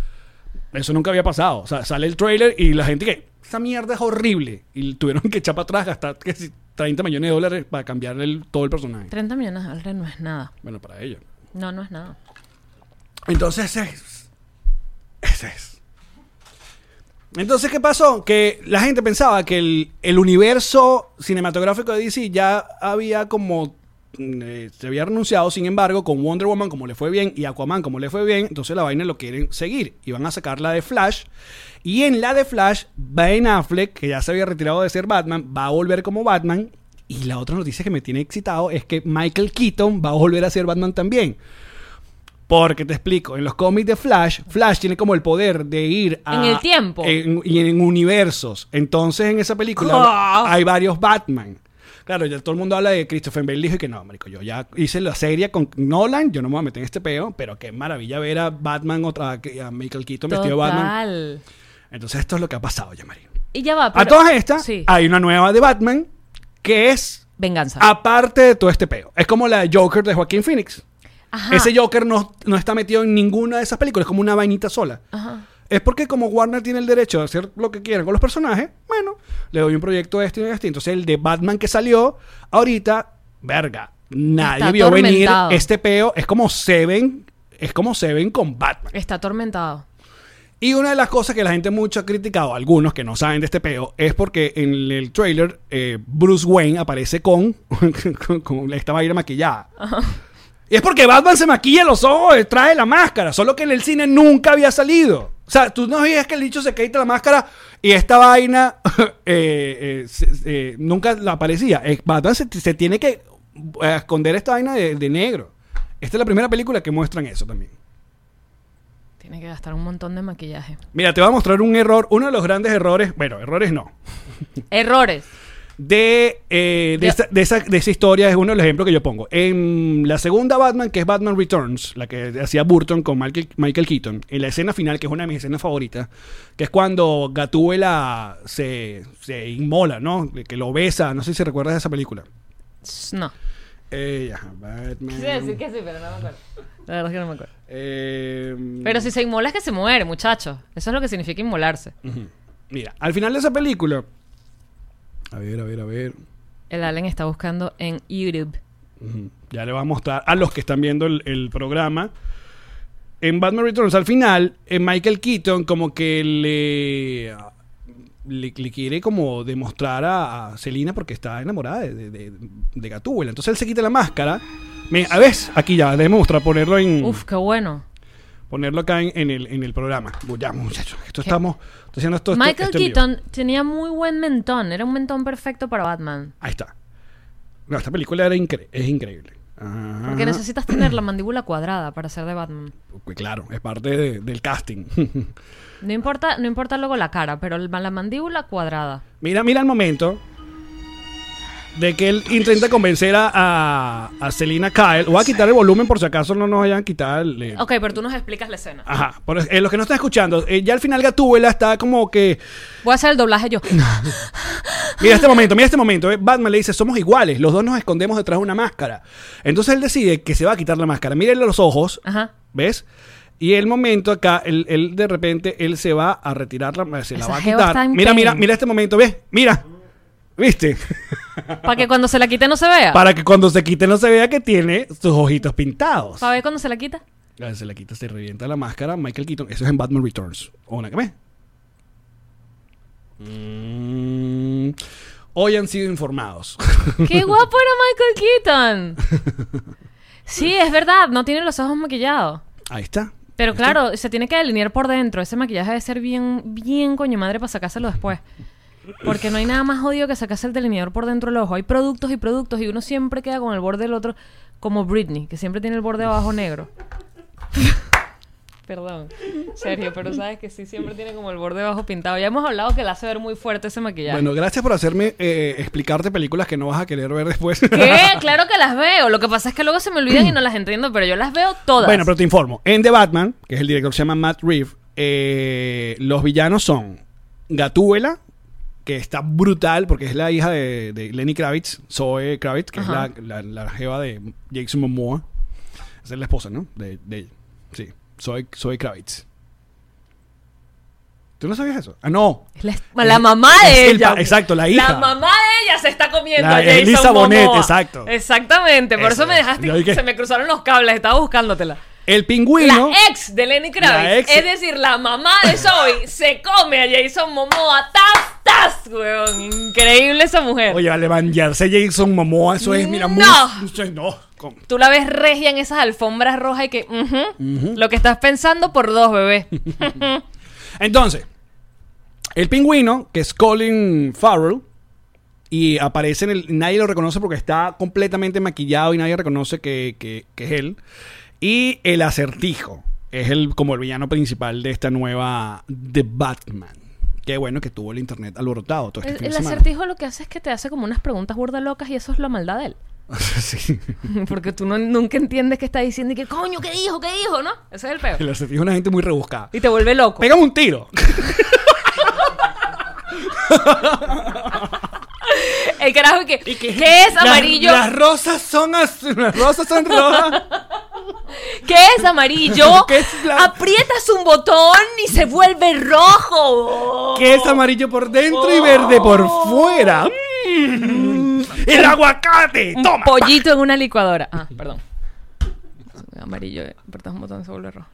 Speaker 1: Eso nunca había pasado. O sea, sale el trailer y la gente que, esa mierda es horrible. Y tuvieron que echar para atrás, gastar que si, 30 millones de dólares para cambiar el- todo el personaje.
Speaker 4: 30 millones de dólares no es nada.
Speaker 1: Bueno, para ellos.
Speaker 4: No, no es nada.
Speaker 1: Entonces ese es. Ese es. Entonces, ¿qué pasó? Que la gente pensaba que el, el universo cinematográfico de DC ya había como. mm, eh, se había renunciado, sin embargo, con Wonder Woman como le fue bien y Aquaman como le fue bien, entonces la vaina lo quieren seguir y van a sacar la de Flash. Y en la de Flash, Ben Affleck, que ya se había retirado de ser Batman, va a volver como Batman. Y la otra noticia que me tiene excitado es que Michael Keaton va a volver a ser Batman también. Porque te explico, en los cómics de Flash, Flash tiene como el poder de ir a...
Speaker 4: En el tiempo.
Speaker 1: en- y en universos. Entonces en esa película
Speaker 4: Ah.
Speaker 1: hay varios Batman. Claro, ya todo el mundo habla de Christopher Bale dijo que no, marico, yo ya hice la serie con Nolan, yo no me voy a meter en este peo, pero qué maravilla ver a Batman otra a Michael Keaton vestido de Batman.
Speaker 4: Total.
Speaker 1: Entonces esto es lo que ha pasado, ya Mario.
Speaker 4: Y ya va.
Speaker 1: A
Speaker 4: pero-
Speaker 1: todas estas
Speaker 4: Sí.
Speaker 1: hay una nueva de Batman que es
Speaker 4: Venganza.
Speaker 1: aparte de todo este peo. Es como la de Joker de Joaquín Phoenix.
Speaker 4: Ajá.
Speaker 1: Ese Joker no, no está metido en ninguna de esas películas, es como una vainita sola.
Speaker 4: Ajá.
Speaker 1: Es porque como Warner tiene el derecho de hacer lo que quieran con los personajes, bueno, le doy un proyecto a este y a este. Entonces el de Batman que salió ahorita, verga, nadie
Speaker 4: Está
Speaker 1: vio venir
Speaker 4: atormentado.
Speaker 1: este peo. Es como Seven, es como Seven con Batman.
Speaker 4: Está atormentado.
Speaker 1: Y una de las cosas que la gente mucho ha criticado, algunos que no saben de este peo, es porque en el trailer eh, Bruce Wayne aparece con, [LAUGHS] con, con esta vaina maquillada. Y es porque Batman se maquilla los ojos, eh, trae la máscara, solo que en el cine nunca había salido. O sea, tú no veías que el dicho se quita la máscara y esta vaina [LAUGHS] eh, eh, se- eh, nunca la aparecía. Eh, Batman se, se tiene que eh, esconder esta vaina de, de negro. Esta es la primera película que muestran eso también.
Speaker 4: Tiene que gastar un montón de maquillaje.
Speaker 1: Mira, te voy a mostrar un error, uno de los grandes errores, bueno, errores no,
Speaker 4: Errores.
Speaker 1: de, eh, de,
Speaker 4: Ya.
Speaker 1: esa, de, esa, de esa historia es uno de los ejemplos que yo pongo. En la segunda Batman, que es Batman Returns, la que hacía Burton con Michael, Michael Keaton, en la escena final, que es una de mis escenas favoritas, que es cuando Gatúbela se, se inmola, ¿no? Que lo besa, no sé si recuerdas de esa película.
Speaker 4: S- No.
Speaker 1: Eh, ajá, Batman,
Speaker 4: que sí, pero no me acuerdo. La verdad es que no me acuerdo.
Speaker 1: eh,
Speaker 4: Pero si se inmola es que se muere, muchachos. Eso es lo que significa inmolarse.
Speaker 1: Mira, al final de esa película... A ver, a ver, a ver...
Speaker 4: El Allen está buscando en YouTube.
Speaker 1: Ujú. Ya le va a mostrar a los que están viendo el, el programa en Batman Returns, al final, eh, Michael Keaton como que le, le, le quiere como demostrar a, a Selina porque está enamorada de, de, de, de Gatúbela. Entonces él se quita la máscara. Me- a ver, aquí ya, demostra ponerlo en
Speaker 2: Uf, qué bueno.
Speaker 1: ponerlo acá en, en el, en el programa. Ya, muchachos, esto estamos estoy haciendo esto. esto-
Speaker 2: Michael
Speaker 1: esto en vivo.
Speaker 2: Keaton tenía muy buen mentón. Era un mentón perfecto para Batman.
Speaker 1: Ahí está. No, esta película era incre- es increíble. Ah. Ajá.
Speaker 2: Porque necesitas tener la mandíbula cuadrada para ser de Batman.
Speaker 1: Pues Claro, es parte de- del casting. [LAUGHS]
Speaker 2: No importa, no importa luego la cara, pero el- la mandíbula cuadrada.
Speaker 1: mira, mira el momento de que él intenta convencer a, a, a Selina Kyle. Voy a quitar el volumen por si acaso no nos hayan quitado el, el-
Speaker 2: Ok, pero tú nos explicas la escena.
Speaker 1: Ajá, por, eh, los que no están escuchando, eh, ya al final Gatúbela está como que
Speaker 2: Voy a hacer el doblaje yo.
Speaker 1: Mira este momento, mira este momento. eh. Batman le dice, somos iguales, los dos nos escondemos detrás de una máscara. Entonces él decide que se va a quitar la máscara. Mírenle los ojos,
Speaker 2: Ajá.
Speaker 1: ¿ves? Y el momento acá, él, él de repente, él se va a retirar la se la
Speaker 2: Esa
Speaker 1: va a
Speaker 2: jeva está
Speaker 1: quitar.
Speaker 2: en
Speaker 1: Mira,
Speaker 2: pain.
Speaker 1: mira, mira este momento, ¿ves? Mira.
Speaker 2: [LAUGHS]
Speaker 1: ¿Viste?
Speaker 2: Para que cuando se la quite no se vea.
Speaker 1: Para que cuando se quite no se vea que tiene sus ojitos pintados.
Speaker 2: Para ver cuando se la quita.
Speaker 1: Ah, Se la quita, se revienta la máscara. Michael Keaton, eso es en Batman Returns. ¿O una que me? Mm, hoy han sido informados. [LAUGHS]
Speaker 2: ¡Qué guapo era Michael Keaton! Sí, es verdad, no tiene los ojos maquillados.
Speaker 1: Ahí está.
Speaker 2: Pero claro, se tiene que delinear por dentro. Ese maquillaje debe ser bien, bien coño madre para sacárselo después. Porque no hay nada más odio que sacarse el delineador por dentro del ojo. Hay productos y productos y uno siempre queda con el borde del otro, como Britney, que siempre tiene el borde abajo negro. [LAUGHS] Perdón, Sergio, pero sabes que sí, siempre tiene como el borde abajo pintado. Ya hemos hablado que le hace ver muy fuerte ese maquillaje.
Speaker 1: Bueno, gracias por hacerme eh, explicarte películas que no vas a querer ver después.
Speaker 2: ¿Qué? Claro que las veo. Lo que pasa es que luego se me olvidan y no las entiendo, pero yo las veo todas.
Speaker 1: Bueno, pero te informo. En The Batman, que es el director que se llama Matt Reeves, eh, los villanos son Gatúbela, que está brutal porque es la hija de, de Lenny Kravitz, Zoe Kravitz, que
Speaker 2: Ajá.
Speaker 1: es la, la- la jeva de Jason Momoa. Esa es la esposa, ¿no? De, de ella. Sí, Zoe, Zoe Kravitz. ¿Tú no sabías eso? Ah, no.
Speaker 2: Es La, la mamá
Speaker 1: Es
Speaker 2: de
Speaker 1: el
Speaker 2: ella.
Speaker 1: pa- exacto, la hija.
Speaker 2: La mamá de ella se está comiendo
Speaker 1: La-
Speaker 2: a Jason
Speaker 1: Elisa Bonet,
Speaker 2: Momoa.
Speaker 1: exacto.
Speaker 2: Exactamente, por
Speaker 1: Eso
Speaker 2: eso, me
Speaker 1: es.
Speaker 2: dejaste
Speaker 1: Yo dije-
Speaker 2: se me cruzaron los cables, estaba buscándotela.
Speaker 1: El pingüino.
Speaker 2: La ex de Lenny
Speaker 1: La
Speaker 2: Kravitz,
Speaker 1: ex-
Speaker 2: es decir, la mamá
Speaker 1: [LAUGHS]
Speaker 2: de Zoe se come a Jason Momoa. ¡Tas, tas, weón! Increíble esa mujer.
Speaker 1: Oye, vale, banjarse Jason Momoa, eso es, mira, muy-
Speaker 2: E. No.
Speaker 1: eso es- no. con-
Speaker 2: Tú la ves regia en esas alfombras rojas y que, ujú, lo que estás pensando por
Speaker 1: [LAUGHS]
Speaker 2: dos, [LAUGHS] bebé.
Speaker 1: Entonces, el pingüino, que es Colin Farrell, y aparece en el. Nadie lo reconoce porque está completamente maquillado y nadie reconoce que, que- que es él. Y el acertijo. Es el, como el villano principal de esta nueva The Batman. Qué bueno que tuvo el internet alborotado todo este
Speaker 2: El,
Speaker 1: fin
Speaker 2: el
Speaker 1: de semana.
Speaker 2: acertijo lo que hace es que te hace como unas preguntas burda locas y eso es la maldad de él.
Speaker 1: [LAUGHS] Sí.
Speaker 2: [LAUGHS] Porque tú no- nunca entiendes qué está diciendo y que, coño, ¿qué dijo? ¿Qué dijo? ¿No? Ese es el peor.
Speaker 1: El acertijo es una gente muy rebuscada.
Speaker 2: Y te vuelve loco.
Speaker 1: Pégame un tiro.
Speaker 2: El carajo que, ¿qué es
Speaker 1: Las-
Speaker 2: amarillo?
Speaker 1: Las, rosas son azules. Las rosas son rojas.
Speaker 2: ¿Qué es amarillo?
Speaker 1: [LAUGHS] ¿Qué es la-
Speaker 2: Aprietas un botón y se vuelve rojo.
Speaker 1: que es amarillo por dentro y verde por fuera. Mm. Oh. El aguacate. Toma.
Speaker 2: Pollito en una licuadora. Ah, perdón. Amarillo, eh. apretas un botón y se vuelve rojo.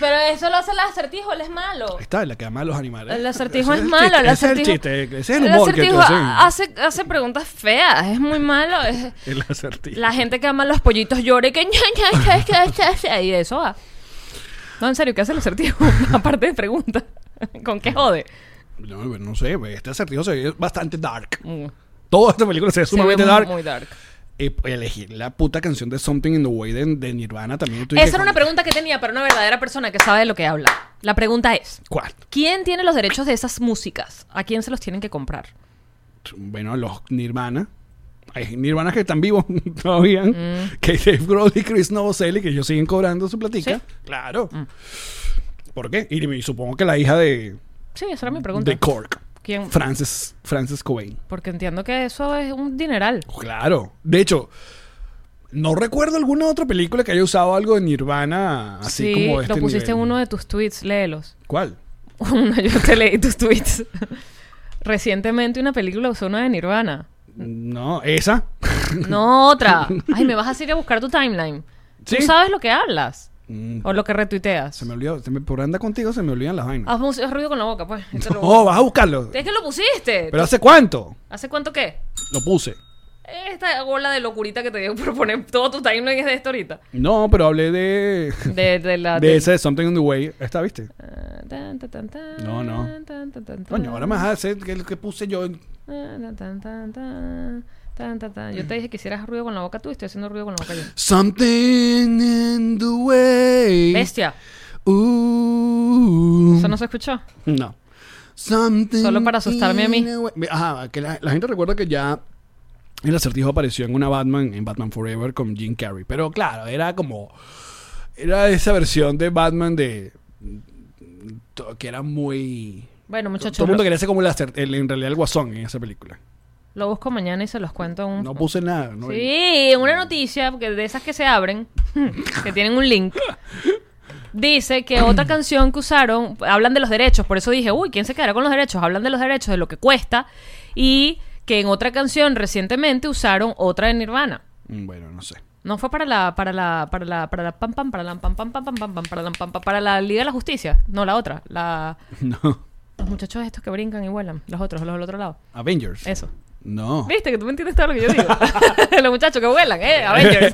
Speaker 2: Pero eso lo hace el acertijo, él es malo.
Speaker 1: Ahí Está la que ama a los animales.
Speaker 2: El acertijo
Speaker 1: Ese
Speaker 2: es
Speaker 1: el
Speaker 2: malo.
Speaker 1: chiste,
Speaker 2: el
Speaker 1: ese es el
Speaker 2: acertijo-
Speaker 1: chiste. Ese es el
Speaker 2: el
Speaker 1: humor que tú
Speaker 2: acertijo
Speaker 1: haces.
Speaker 2: hace, hace preguntas feas. Es muy malo. es-
Speaker 1: El acertijo.
Speaker 2: La gente que ama los pollitos llora y que ña, ña, ña, ña, ña, ña, y de eso va. No, en serio, ¿qué hace el acertijo? [LAUGHS] Aparte de preguntas. ¿Con qué jode?
Speaker 1: No, no sé, güey, este acertijo se ve bastante dark.
Speaker 2: Mm,
Speaker 1: Toda esta película se ve
Speaker 2: se ve
Speaker 1: sumamente
Speaker 2: muy-
Speaker 1: dark.
Speaker 2: muy dark.
Speaker 1: Y elegir la puta canción de Something in the Way de, de Nirvana también. tú dices,
Speaker 2: Esa era una pregunta que tenía para una verdadera persona que sabe de lo que habla. La pregunta es,
Speaker 1: ¿Cuál?
Speaker 2: ¿quién tiene los derechos de esas músicas? ¿A quién se los tienen que comprar?
Speaker 1: Bueno, los Nirvana. Hay Nirvana que están vivos [LAUGHS] todavía.
Speaker 2: Mm.
Speaker 1: Que Dave Grohl y Chris Novoselic, que ellos siguen cobrando su platica.
Speaker 2: Sí. Mm.
Speaker 1: Claro. ¿Por qué? Y, y supongo que la hija de,
Speaker 2: Sí, esa era mi pregunta.
Speaker 1: de Cork.
Speaker 2: ¿Quién?
Speaker 1: Frances, Frances Cobain.
Speaker 2: Porque entiendo que eso es un dineral.
Speaker 1: Claro. De hecho, no recuerdo alguna otra película que haya usado algo de Nirvana así
Speaker 2: sí,
Speaker 1: como de este
Speaker 2: lo pusiste en
Speaker 1: nivel.
Speaker 2: uno de tus tweets, léelos. [LAUGHS]
Speaker 1: ¿Cuál?
Speaker 2: Una, yo te leí tus tweets. [LAUGHS] Recientemente una película usó una de Nirvana.
Speaker 1: No, esa.
Speaker 2: No otra. Ay, me vas a ir a buscar tu timeline.
Speaker 1: Sí.
Speaker 2: Tú sabes lo que hablas.
Speaker 1: Mm.
Speaker 2: O lo que retuiteas.
Speaker 1: Se me olvidó, se me- por andar contigo se me olvidan las vainas.
Speaker 2: Haz, mus- haz ruido con la boca, pues. Esto lo-
Speaker 1: Oh, vas a buscarlo.
Speaker 2: Es que lo pusiste.
Speaker 1: ¿Pero hace cuánto?
Speaker 2: ¿Hace cuánto qué?
Speaker 1: Lo puse.
Speaker 2: Esta bola de locurita que te dio por poner todo tu timeline es de esto ahorita.
Speaker 1: No, pero hablé de.
Speaker 2: De, de la...
Speaker 1: De
Speaker 2: Ah, de-
Speaker 1: ese Something in the Way. ¿Esta viste?
Speaker 2: Ah, tan, tan, tan, tan,
Speaker 1: No, no.
Speaker 2: tan, tan, tan,
Speaker 1: Coño, ahora
Speaker 2: tan.
Speaker 1: me vas a hacer que lo que puse yo.
Speaker 2: Ah, tan, tan, tan, tan, tan, tan, tan. Yo te dije que hicieras ruido con la boca tú y estoy haciendo ruido con la boca yo.
Speaker 1: Something in the way.
Speaker 2: Bestia.
Speaker 1: Ooh.
Speaker 2: Eso no se escuchó.
Speaker 1: No. Something
Speaker 2: Solo para asustarme a mí.
Speaker 1: in the way- Ajá, que la, la gente recuerda que ya el acertijo apareció en una Batman, en Batman Forever con Jim Carrey. Pero claro, era como. Era esa versión de Batman de. to- que era muy.
Speaker 2: Bueno,
Speaker 1: Todo
Speaker 2: muchachos,
Speaker 1: el mundo
Speaker 2: lo,
Speaker 1: quería ser como el, acer- el- en realidad el guasón en esa película.
Speaker 2: lo busco mañana y se los cuento un...
Speaker 1: No puse nada. No
Speaker 2: Sí, una noticia porque de esas que se abren, [LAUGHS] que tienen un link. Dice que otra canción que usaron, hablan de los derechos, por eso dije, uy, ¿quién se quedará con los derechos? Hablan de los derechos, de lo que cuesta, y que en otra canción recientemente usaron otra de Nirvana.
Speaker 1: Mm, Bueno, no sé. [LAUGHS]
Speaker 2: No fue para la, para la, para la, para la pam pam, para la pam pam pam pam pam pam, para la pam pam, para la Liga de la Justicia, no la otra, la
Speaker 1: No.
Speaker 2: los muchachos estos que brincan y vuelan, los otros, los del otro lado.
Speaker 1: Avengers.
Speaker 2: Eso.
Speaker 1: No.
Speaker 2: ¿Viste que tú me entiendes todo lo que yo digo? [LAUGHS] Los muchachos que vuelan, ¿eh? Avengers.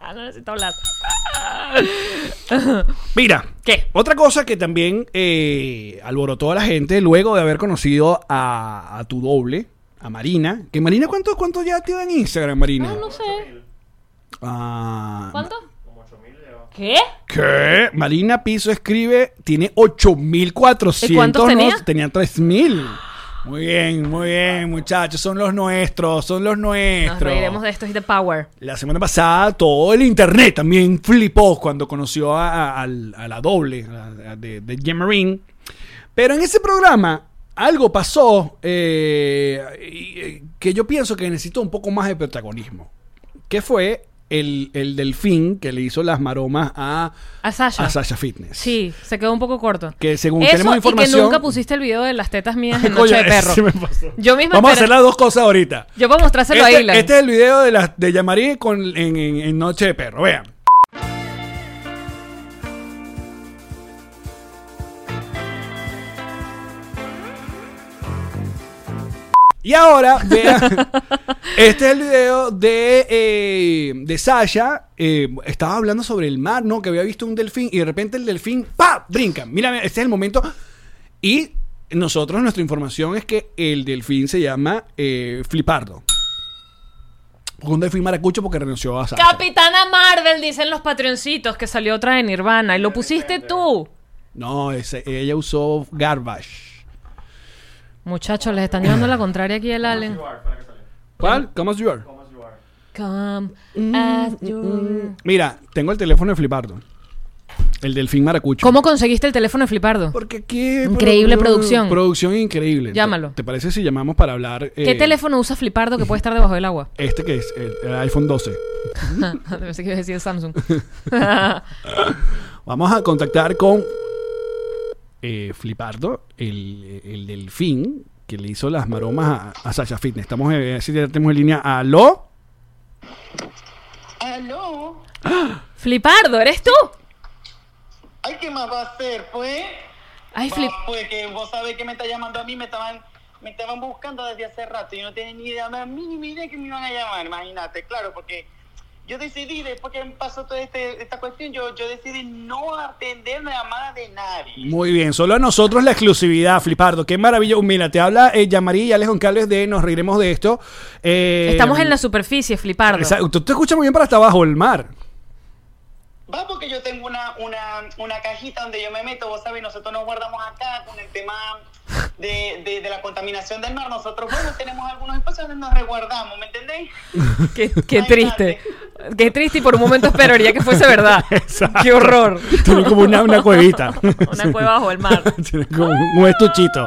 Speaker 2: Ah, no necesito hablar.
Speaker 1: [LAUGHS] Mira.
Speaker 2: ¿Qué?
Speaker 1: Otra cosa que también eh, alborotó a la gente luego de haber conocido a, a tu doble, a Marina. Que Marina, ¿cuánto, cuánto ya te en Instagram, Marina?
Speaker 2: No, no sé.
Speaker 1: Ah,
Speaker 2: ¿Cuánto? ¿Qué?
Speaker 1: ¿Qué? Marina Piso escribe, tiene 8400.
Speaker 2: ¿Y cuántos tenía?
Speaker 1: no, Tenía 3000. Muy bien, muy bien, muchachos. Son los nuestros, son los
Speaker 2: Nos
Speaker 1: nuestros.
Speaker 2: reiremos de esto y de Power.
Speaker 1: La semana pasada todo el internet también flipó cuando conoció a, a- al- a la doble a- a- de, de Gemarine. Pero en ese programa algo pasó eh, y- eh, que yo pienso que necesitó un poco más de protagonismo. Que fue el, el delfín que le hizo las maromas a,
Speaker 2: A Sasha.
Speaker 1: a Sasha Fitness.
Speaker 2: Sí, se quedó un poco corto.
Speaker 1: Que según
Speaker 2: Eso
Speaker 1: tenemos
Speaker 2: Y que
Speaker 1: información... [LAUGHS]
Speaker 2: nunca pusiste el video de las tetas mías en
Speaker 1: Coño,
Speaker 2: Noche de
Speaker 1: eso [LAUGHS]
Speaker 2: Perro.
Speaker 1: sí me pasó.
Speaker 2: Yo misma
Speaker 1: Vamos a
Speaker 2: espera-
Speaker 1: hacer las dos cosas ahorita.
Speaker 2: Yo puedo mostrárselo a Ilan.
Speaker 1: Este, este es el video de, la, de Yamari con, en, en- en Noche de Perro. Vean. Y ahora, [LAUGHS] vean. este es el video de, eh, de Sasha. eh, estaba hablando sobre el mar, ¿no? Que había visto un delfín y de repente el delfín, ¡pa! Brinca. Mira, mira, este es el momento. Y nosotros, nuestra información es que el delfín se llama eh, Flipardo. Un delfín maracucho porque renunció a Sasha.
Speaker 2: Capitana Marvel, dicen los patroncitos, que salió otra de Nirvana. Y lo pusiste tú.
Speaker 1: No, ese- ella usó Garbage.
Speaker 2: Muchachos, les están llevando la contraria aquí el Allen.
Speaker 1: ¿Cuál? ¿Cómo es your?
Speaker 2: Come as
Speaker 1: Mm.
Speaker 2: you-
Speaker 1: Mira, tengo el teléfono de Flipardo. El delfín maracucho.
Speaker 2: ¿Cómo conseguiste el teléfono de Flipardo?
Speaker 1: Porque qué
Speaker 2: Increíble producción.
Speaker 1: Producción increíble.
Speaker 2: Llámalo.
Speaker 1: ¿Te, te parece si llamamos para hablar?
Speaker 2: ¿Qué
Speaker 1: eh,
Speaker 2: teléfono usa Flipardo que puede estar debajo del agua?
Speaker 1: Este que es el, el iPhone 12.
Speaker 2: [LAUGHS] Pensé que iba a decir Samsung.
Speaker 1: Vamos a contactar con eh, Flipardo, el, el delfín que le hizo las maromas a, a Sasha Fitness. Estamos eh, si tenemos en línea. ¿Aló?
Speaker 5: ¿Aló?
Speaker 2: ¡Flipardo, eres tú!
Speaker 5: Ay, ¿qué más va a hacer, pues?
Speaker 2: Ay,
Speaker 5: Va,
Speaker 2: Flip.
Speaker 5: pues que vos sabés que me está llamando a mí, me estaban, me estaban buscando desde hace rato, yo no tenía ni idea, me- ni ni idea que me iban a llamar, imagínate, claro, porque yo decidí, después que me pasó toda este- esta cuestión, yo, yo decidí no atender la llamada de nadie.
Speaker 1: Muy bien, solo a nosotros la exclusividad, Flipardo. Qué maravilla. Mira, te habla eh, Yamari y Alex Goncalves de Nos Reiremos de Esto. Eh,
Speaker 2: Estamos en la superficie, Flipardo.
Speaker 1: Exacto. Tú te escuchas muy bien para hasta abajo el mar.
Speaker 5: Va porque yo tengo una, una, una cajita donde yo me meto, vos sabés, nosotros nos guardamos acá con el tema de, de, de la contaminación del mar, nosotros, bueno, tenemos algunos espacios donde nos resguardamos, ¿me entendés?
Speaker 2: [LAUGHS] Qué, qué triste. Qué triste y por un momento esperaría que
Speaker 1: [LAUGHS]
Speaker 2: fuese verdad. ¡Qué horror!
Speaker 1: Tiene como una, una cuevita.
Speaker 2: [LAUGHS] Una cueva bajo el mar.
Speaker 1: [LAUGHS] Tiene como un estuchito.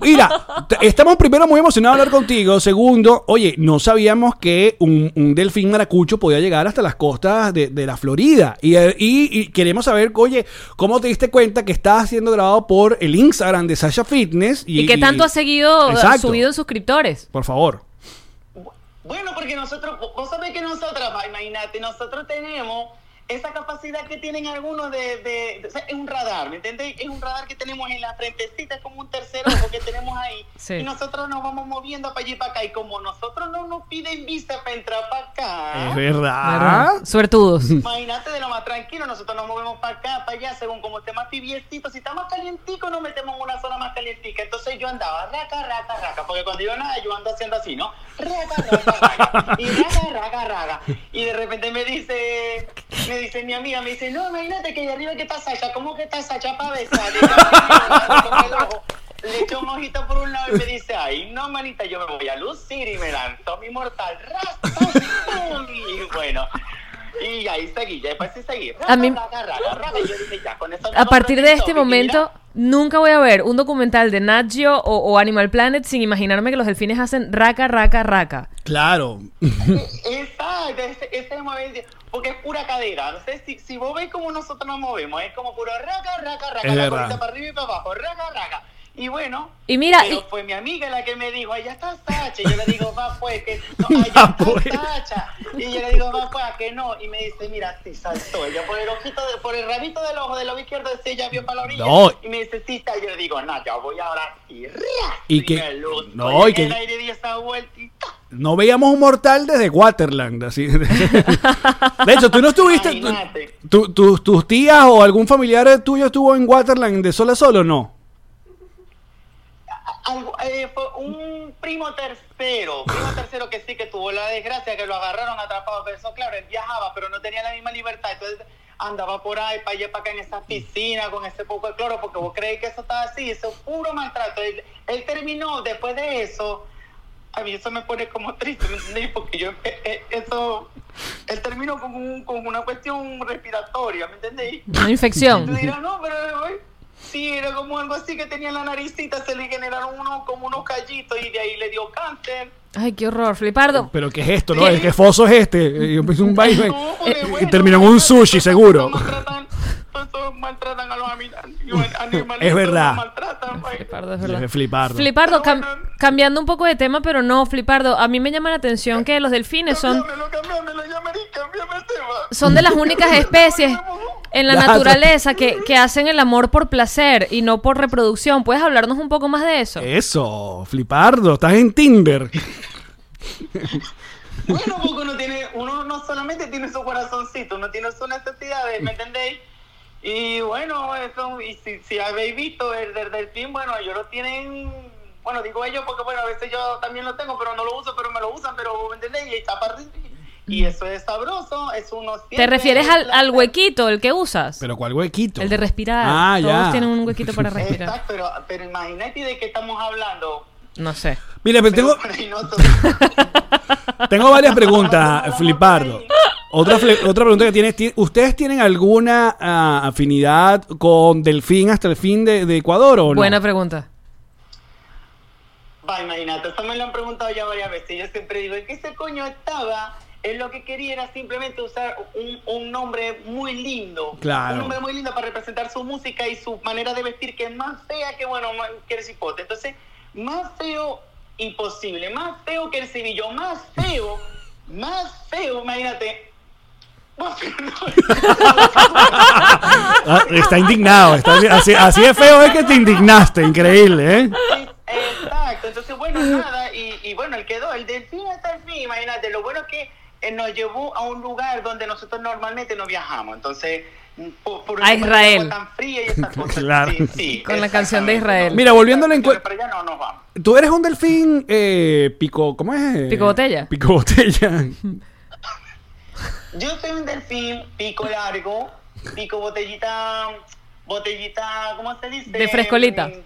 Speaker 1: Mira, t- estamos primero muy emocionados de hablar contigo. Segundo, oye, no sabíamos que un, un delfín maracucho podía llegar hasta las costas de, de la Florida. Y, eh, y- y queremos saber, oye, ¿cómo te diste cuenta que estás siendo grabado por el Instagram de Sasha Fitness?
Speaker 2: ¿Y, qué tanto ha seguido, ha
Speaker 1: Exacto.
Speaker 2: subido en suscriptores?
Speaker 1: Por favor.
Speaker 5: Bueno, porque nosotros, vos sabés que nosotras, va, imagínate, nosotros tenemos esa capacidad que tienen algunos de, de- de- o sea, es un radar, ¿me entendéis? Es un radar que tenemos en la frentecita, es como un tercer ojo que tenemos ahí.
Speaker 2: Sí.
Speaker 5: Y nosotros nos vamos moviendo para allí y para acá. Y como nosotros no nos piden visa para entrar para acá,
Speaker 2: Ah,
Speaker 1: Es verdad. [LAUGHS]
Speaker 2: Suertudos. [LAUGHS]
Speaker 5: imagínate de lo más tranquilo, nosotros nos movemos para acá, para allá, según como esté más tibiecito. Si está más calientico, nos metemos en una zona más calientica. Entonces yo andaba raca, raca, raca, porque cuando yo nada, yo ando haciendo así, ¿no? Raca, raca, raca. Y raca, raca, raca. Y de repente me dice, me dice mi amiga, me dice, no, imagínate que allá arriba que está Sacha, ¿cómo que está Sacha para besar? Y yo, así, con el ojo. Le echo un ojito por un lado y me dice, ay, no, manita, yo me voy a lucir y me lanzó mi mortal. Rastas, pum. Y bueno, y ahí seguí, ya después sí seguí. Raca,
Speaker 2: A mí-
Speaker 5: raca, raca, raca. Y yo dije, ya, con eso
Speaker 2: A
Speaker 5: no
Speaker 2: partir de
Speaker 5: aprendí,
Speaker 2: este
Speaker 5: porque
Speaker 2: momento, nunca voy a ver un documental de Nat Geo o, o Animal Planet sin imaginarme que los delfines hacen raca, raca, raca.
Speaker 1: Claro.
Speaker 5: Exacto, ese, ese movimiento, porque es pura cadera. No sé si, si vos veis como nosotros nos movemos, es como puro raca, raca, raca,
Speaker 1: Es
Speaker 5: la
Speaker 1: verdad.
Speaker 5: colita para arriba y para abajo, raca, raca. Y bueno,
Speaker 2: Y mira,
Speaker 5: pero
Speaker 2: y-
Speaker 5: fue mi amiga la que me dijo, allá está Sacha. Y yo le digo, va pues, que
Speaker 1: [LAUGHS]
Speaker 5: no,
Speaker 1: Va,
Speaker 5: allá
Speaker 1: pues.
Speaker 5: está Sacha. Y yo le digo, va pues, ¿a que no. Y me dice, mira, sí saltó. Ella por el ojito, de- por el rabito del ojo del lado izquierdo, sí, ella vio para la orilla.
Speaker 1: No.
Speaker 5: Y me dice, sí, está. Y yo le digo, no, yo voy ahora y ras,
Speaker 1: Y que-
Speaker 5: me luzco.
Speaker 1: no, y
Speaker 5: en
Speaker 1: que-
Speaker 5: El aire di esa vuelta y ¡tac!
Speaker 1: No veíamos un mortal desde Waterland. Así. [LAUGHS] De hecho, tú no estuviste. tú-
Speaker 5: Imagínate.
Speaker 1: tú- tus- ¿Tus tías o algún familiar tuyo estuvo en Waterland de sola a solo o no?
Speaker 5: Algo- eh, fue un primo tercero, primo tercero que sí que tuvo la desgracia, que lo agarraron atrapado, pero eso claro, él viajaba, pero no tenía la misma libertad, entonces andaba por ahí, para allá, para acá en esa piscina, con ese poco de cloro, porque vos creéis que eso estaba así, eso es puro maltrato. Él, él terminó después de eso, a mí eso me pone como triste, ¿me entendéis? Porque yo, eh, eh, eso, él terminó con, un- con una cuestión respiratoria, ¿me entendéis?
Speaker 2: una [LAUGHS]
Speaker 5: Tú
Speaker 2: infección.
Speaker 1: [LAUGHS]
Speaker 5: dirás, no, pero ay, sí, era como algo así que tenía en la naricita, se le generaron unos, como unos callitos y de ahí le dio cáncer.
Speaker 2: Ay, qué horror, flipardo.
Speaker 1: Pero ¿qué es esto? ¿No? ¿Qué foso es este? Eh, pues, un baile.
Speaker 5: No, porque,
Speaker 1: Eh,
Speaker 5: bueno,
Speaker 1: terminó en un
Speaker 5: eso-
Speaker 1: sushi,
Speaker 5: eso
Speaker 1: seguro.
Speaker 5: maltratan- eso maltratan a los ami- animalitos,
Speaker 1: Es verdad.
Speaker 5: los maltratan, pues.
Speaker 2: Flipardo, es verdad.
Speaker 1: Es flipardo.
Speaker 2: Flipardo,
Speaker 5: Pero
Speaker 2: cam-
Speaker 5: bueno.
Speaker 2: cambiando un poco de tema, pero no, Flipardo, a mí me llama la atención que los delfines son,
Speaker 5: Cámbiamelo, cámbiamelo, ya, Mari, cámbiame el tema.
Speaker 2: son de las
Speaker 5: [LAUGHS]
Speaker 2: únicas especies en la
Speaker 1: [LAUGHS] Ya, ya.
Speaker 2: naturaleza que, que hacen el amor por placer y no por reproducción. ¿Puedes hablarnos un poco más de eso?
Speaker 1: Eh, Eso, flipardo. Estás en Tinder.
Speaker 5: Bueno, porque uno tiene, uno no solamente tiene su corazoncito, uno tiene sus necesidades, ¿me entendéis? Y bueno, eso, y si, si habéis visto el del delfín, bueno, ellos lo tienen, bueno, digo ellos porque bueno, a veces yo también lo tengo, pero no lo uso, pero me lo usan, pero ¿me entendéis? Y está par- y eso es sabroso, es uno
Speaker 2: ¿Te refieres al, al huequito, el que usas?
Speaker 1: Pero ¿cuál huequito?
Speaker 2: El de respirar.
Speaker 1: Ah,
Speaker 2: Todos
Speaker 1: ya.
Speaker 2: tienen un huequito
Speaker 1: [LAUGHS]
Speaker 2: para respirar.
Speaker 5: Exacto, pero, pero imagínate de qué estamos hablando.
Speaker 2: No sé.
Speaker 1: Mira, pero tengo,
Speaker 5: Pero, bueno, y nosotros-
Speaker 1: tengo varias preguntas, flipardo. Otra, fle- otra pregunta que tienes, ti- ¿ustedes tienen alguna ah, afinidad con Delfín hasta el fin de, de Ecuador o no?
Speaker 2: Buena pregunta.
Speaker 5: Va, imagínate, eso me lo han preguntado ya varias veces. y Yo siempre digo, ¿en qué ese coño estaba? Él lo que quería era simplemente usar un, un nombre muy lindo.
Speaker 1: Claro.
Speaker 5: Un nombre muy lindo para representar su música y su manera de vestir, que es más fea que, bueno, más- que el cipote. Entonces, más feo imposible, más feo que el cebillo, más feo, más feo, imagínate. [LAUGHS]
Speaker 1: Ah, está indignado. está indi- así, así de feo es que te indignaste. Increíble, ¿eh?
Speaker 5: Exacto, entonces bueno, nada, y, y bueno, él quedó, el delfín hasta el fin, imagínate, lo bueno es que eh, nos llevó a un lugar donde nosotros normalmente no viajamos, entonces mm, por, por
Speaker 2: A
Speaker 5: una
Speaker 2: Israel.
Speaker 5: agua tan fría y
Speaker 1: [LAUGHS]
Speaker 5: esas cosas.
Speaker 1: Claro.
Speaker 5: Sí, sí,
Speaker 2: Con la canción de Israel.
Speaker 1: Mira, volviendo al
Speaker 5: Exactamente,
Speaker 1: encuentro-
Speaker 5: Pero allá no nos vamos.
Speaker 1: Tú eres un delfín eh, pico... ¿Cómo es?
Speaker 2: Pico botella.
Speaker 1: Pico
Speaker 2: [LAUGHS]
Speaker 1: botella.
Speaker 5: Yo soy un delfín, pico largo, pico botellita, botellita, ¿cómo se dice?
Speaker 2: De frescolita.
Speaker 5: Mm,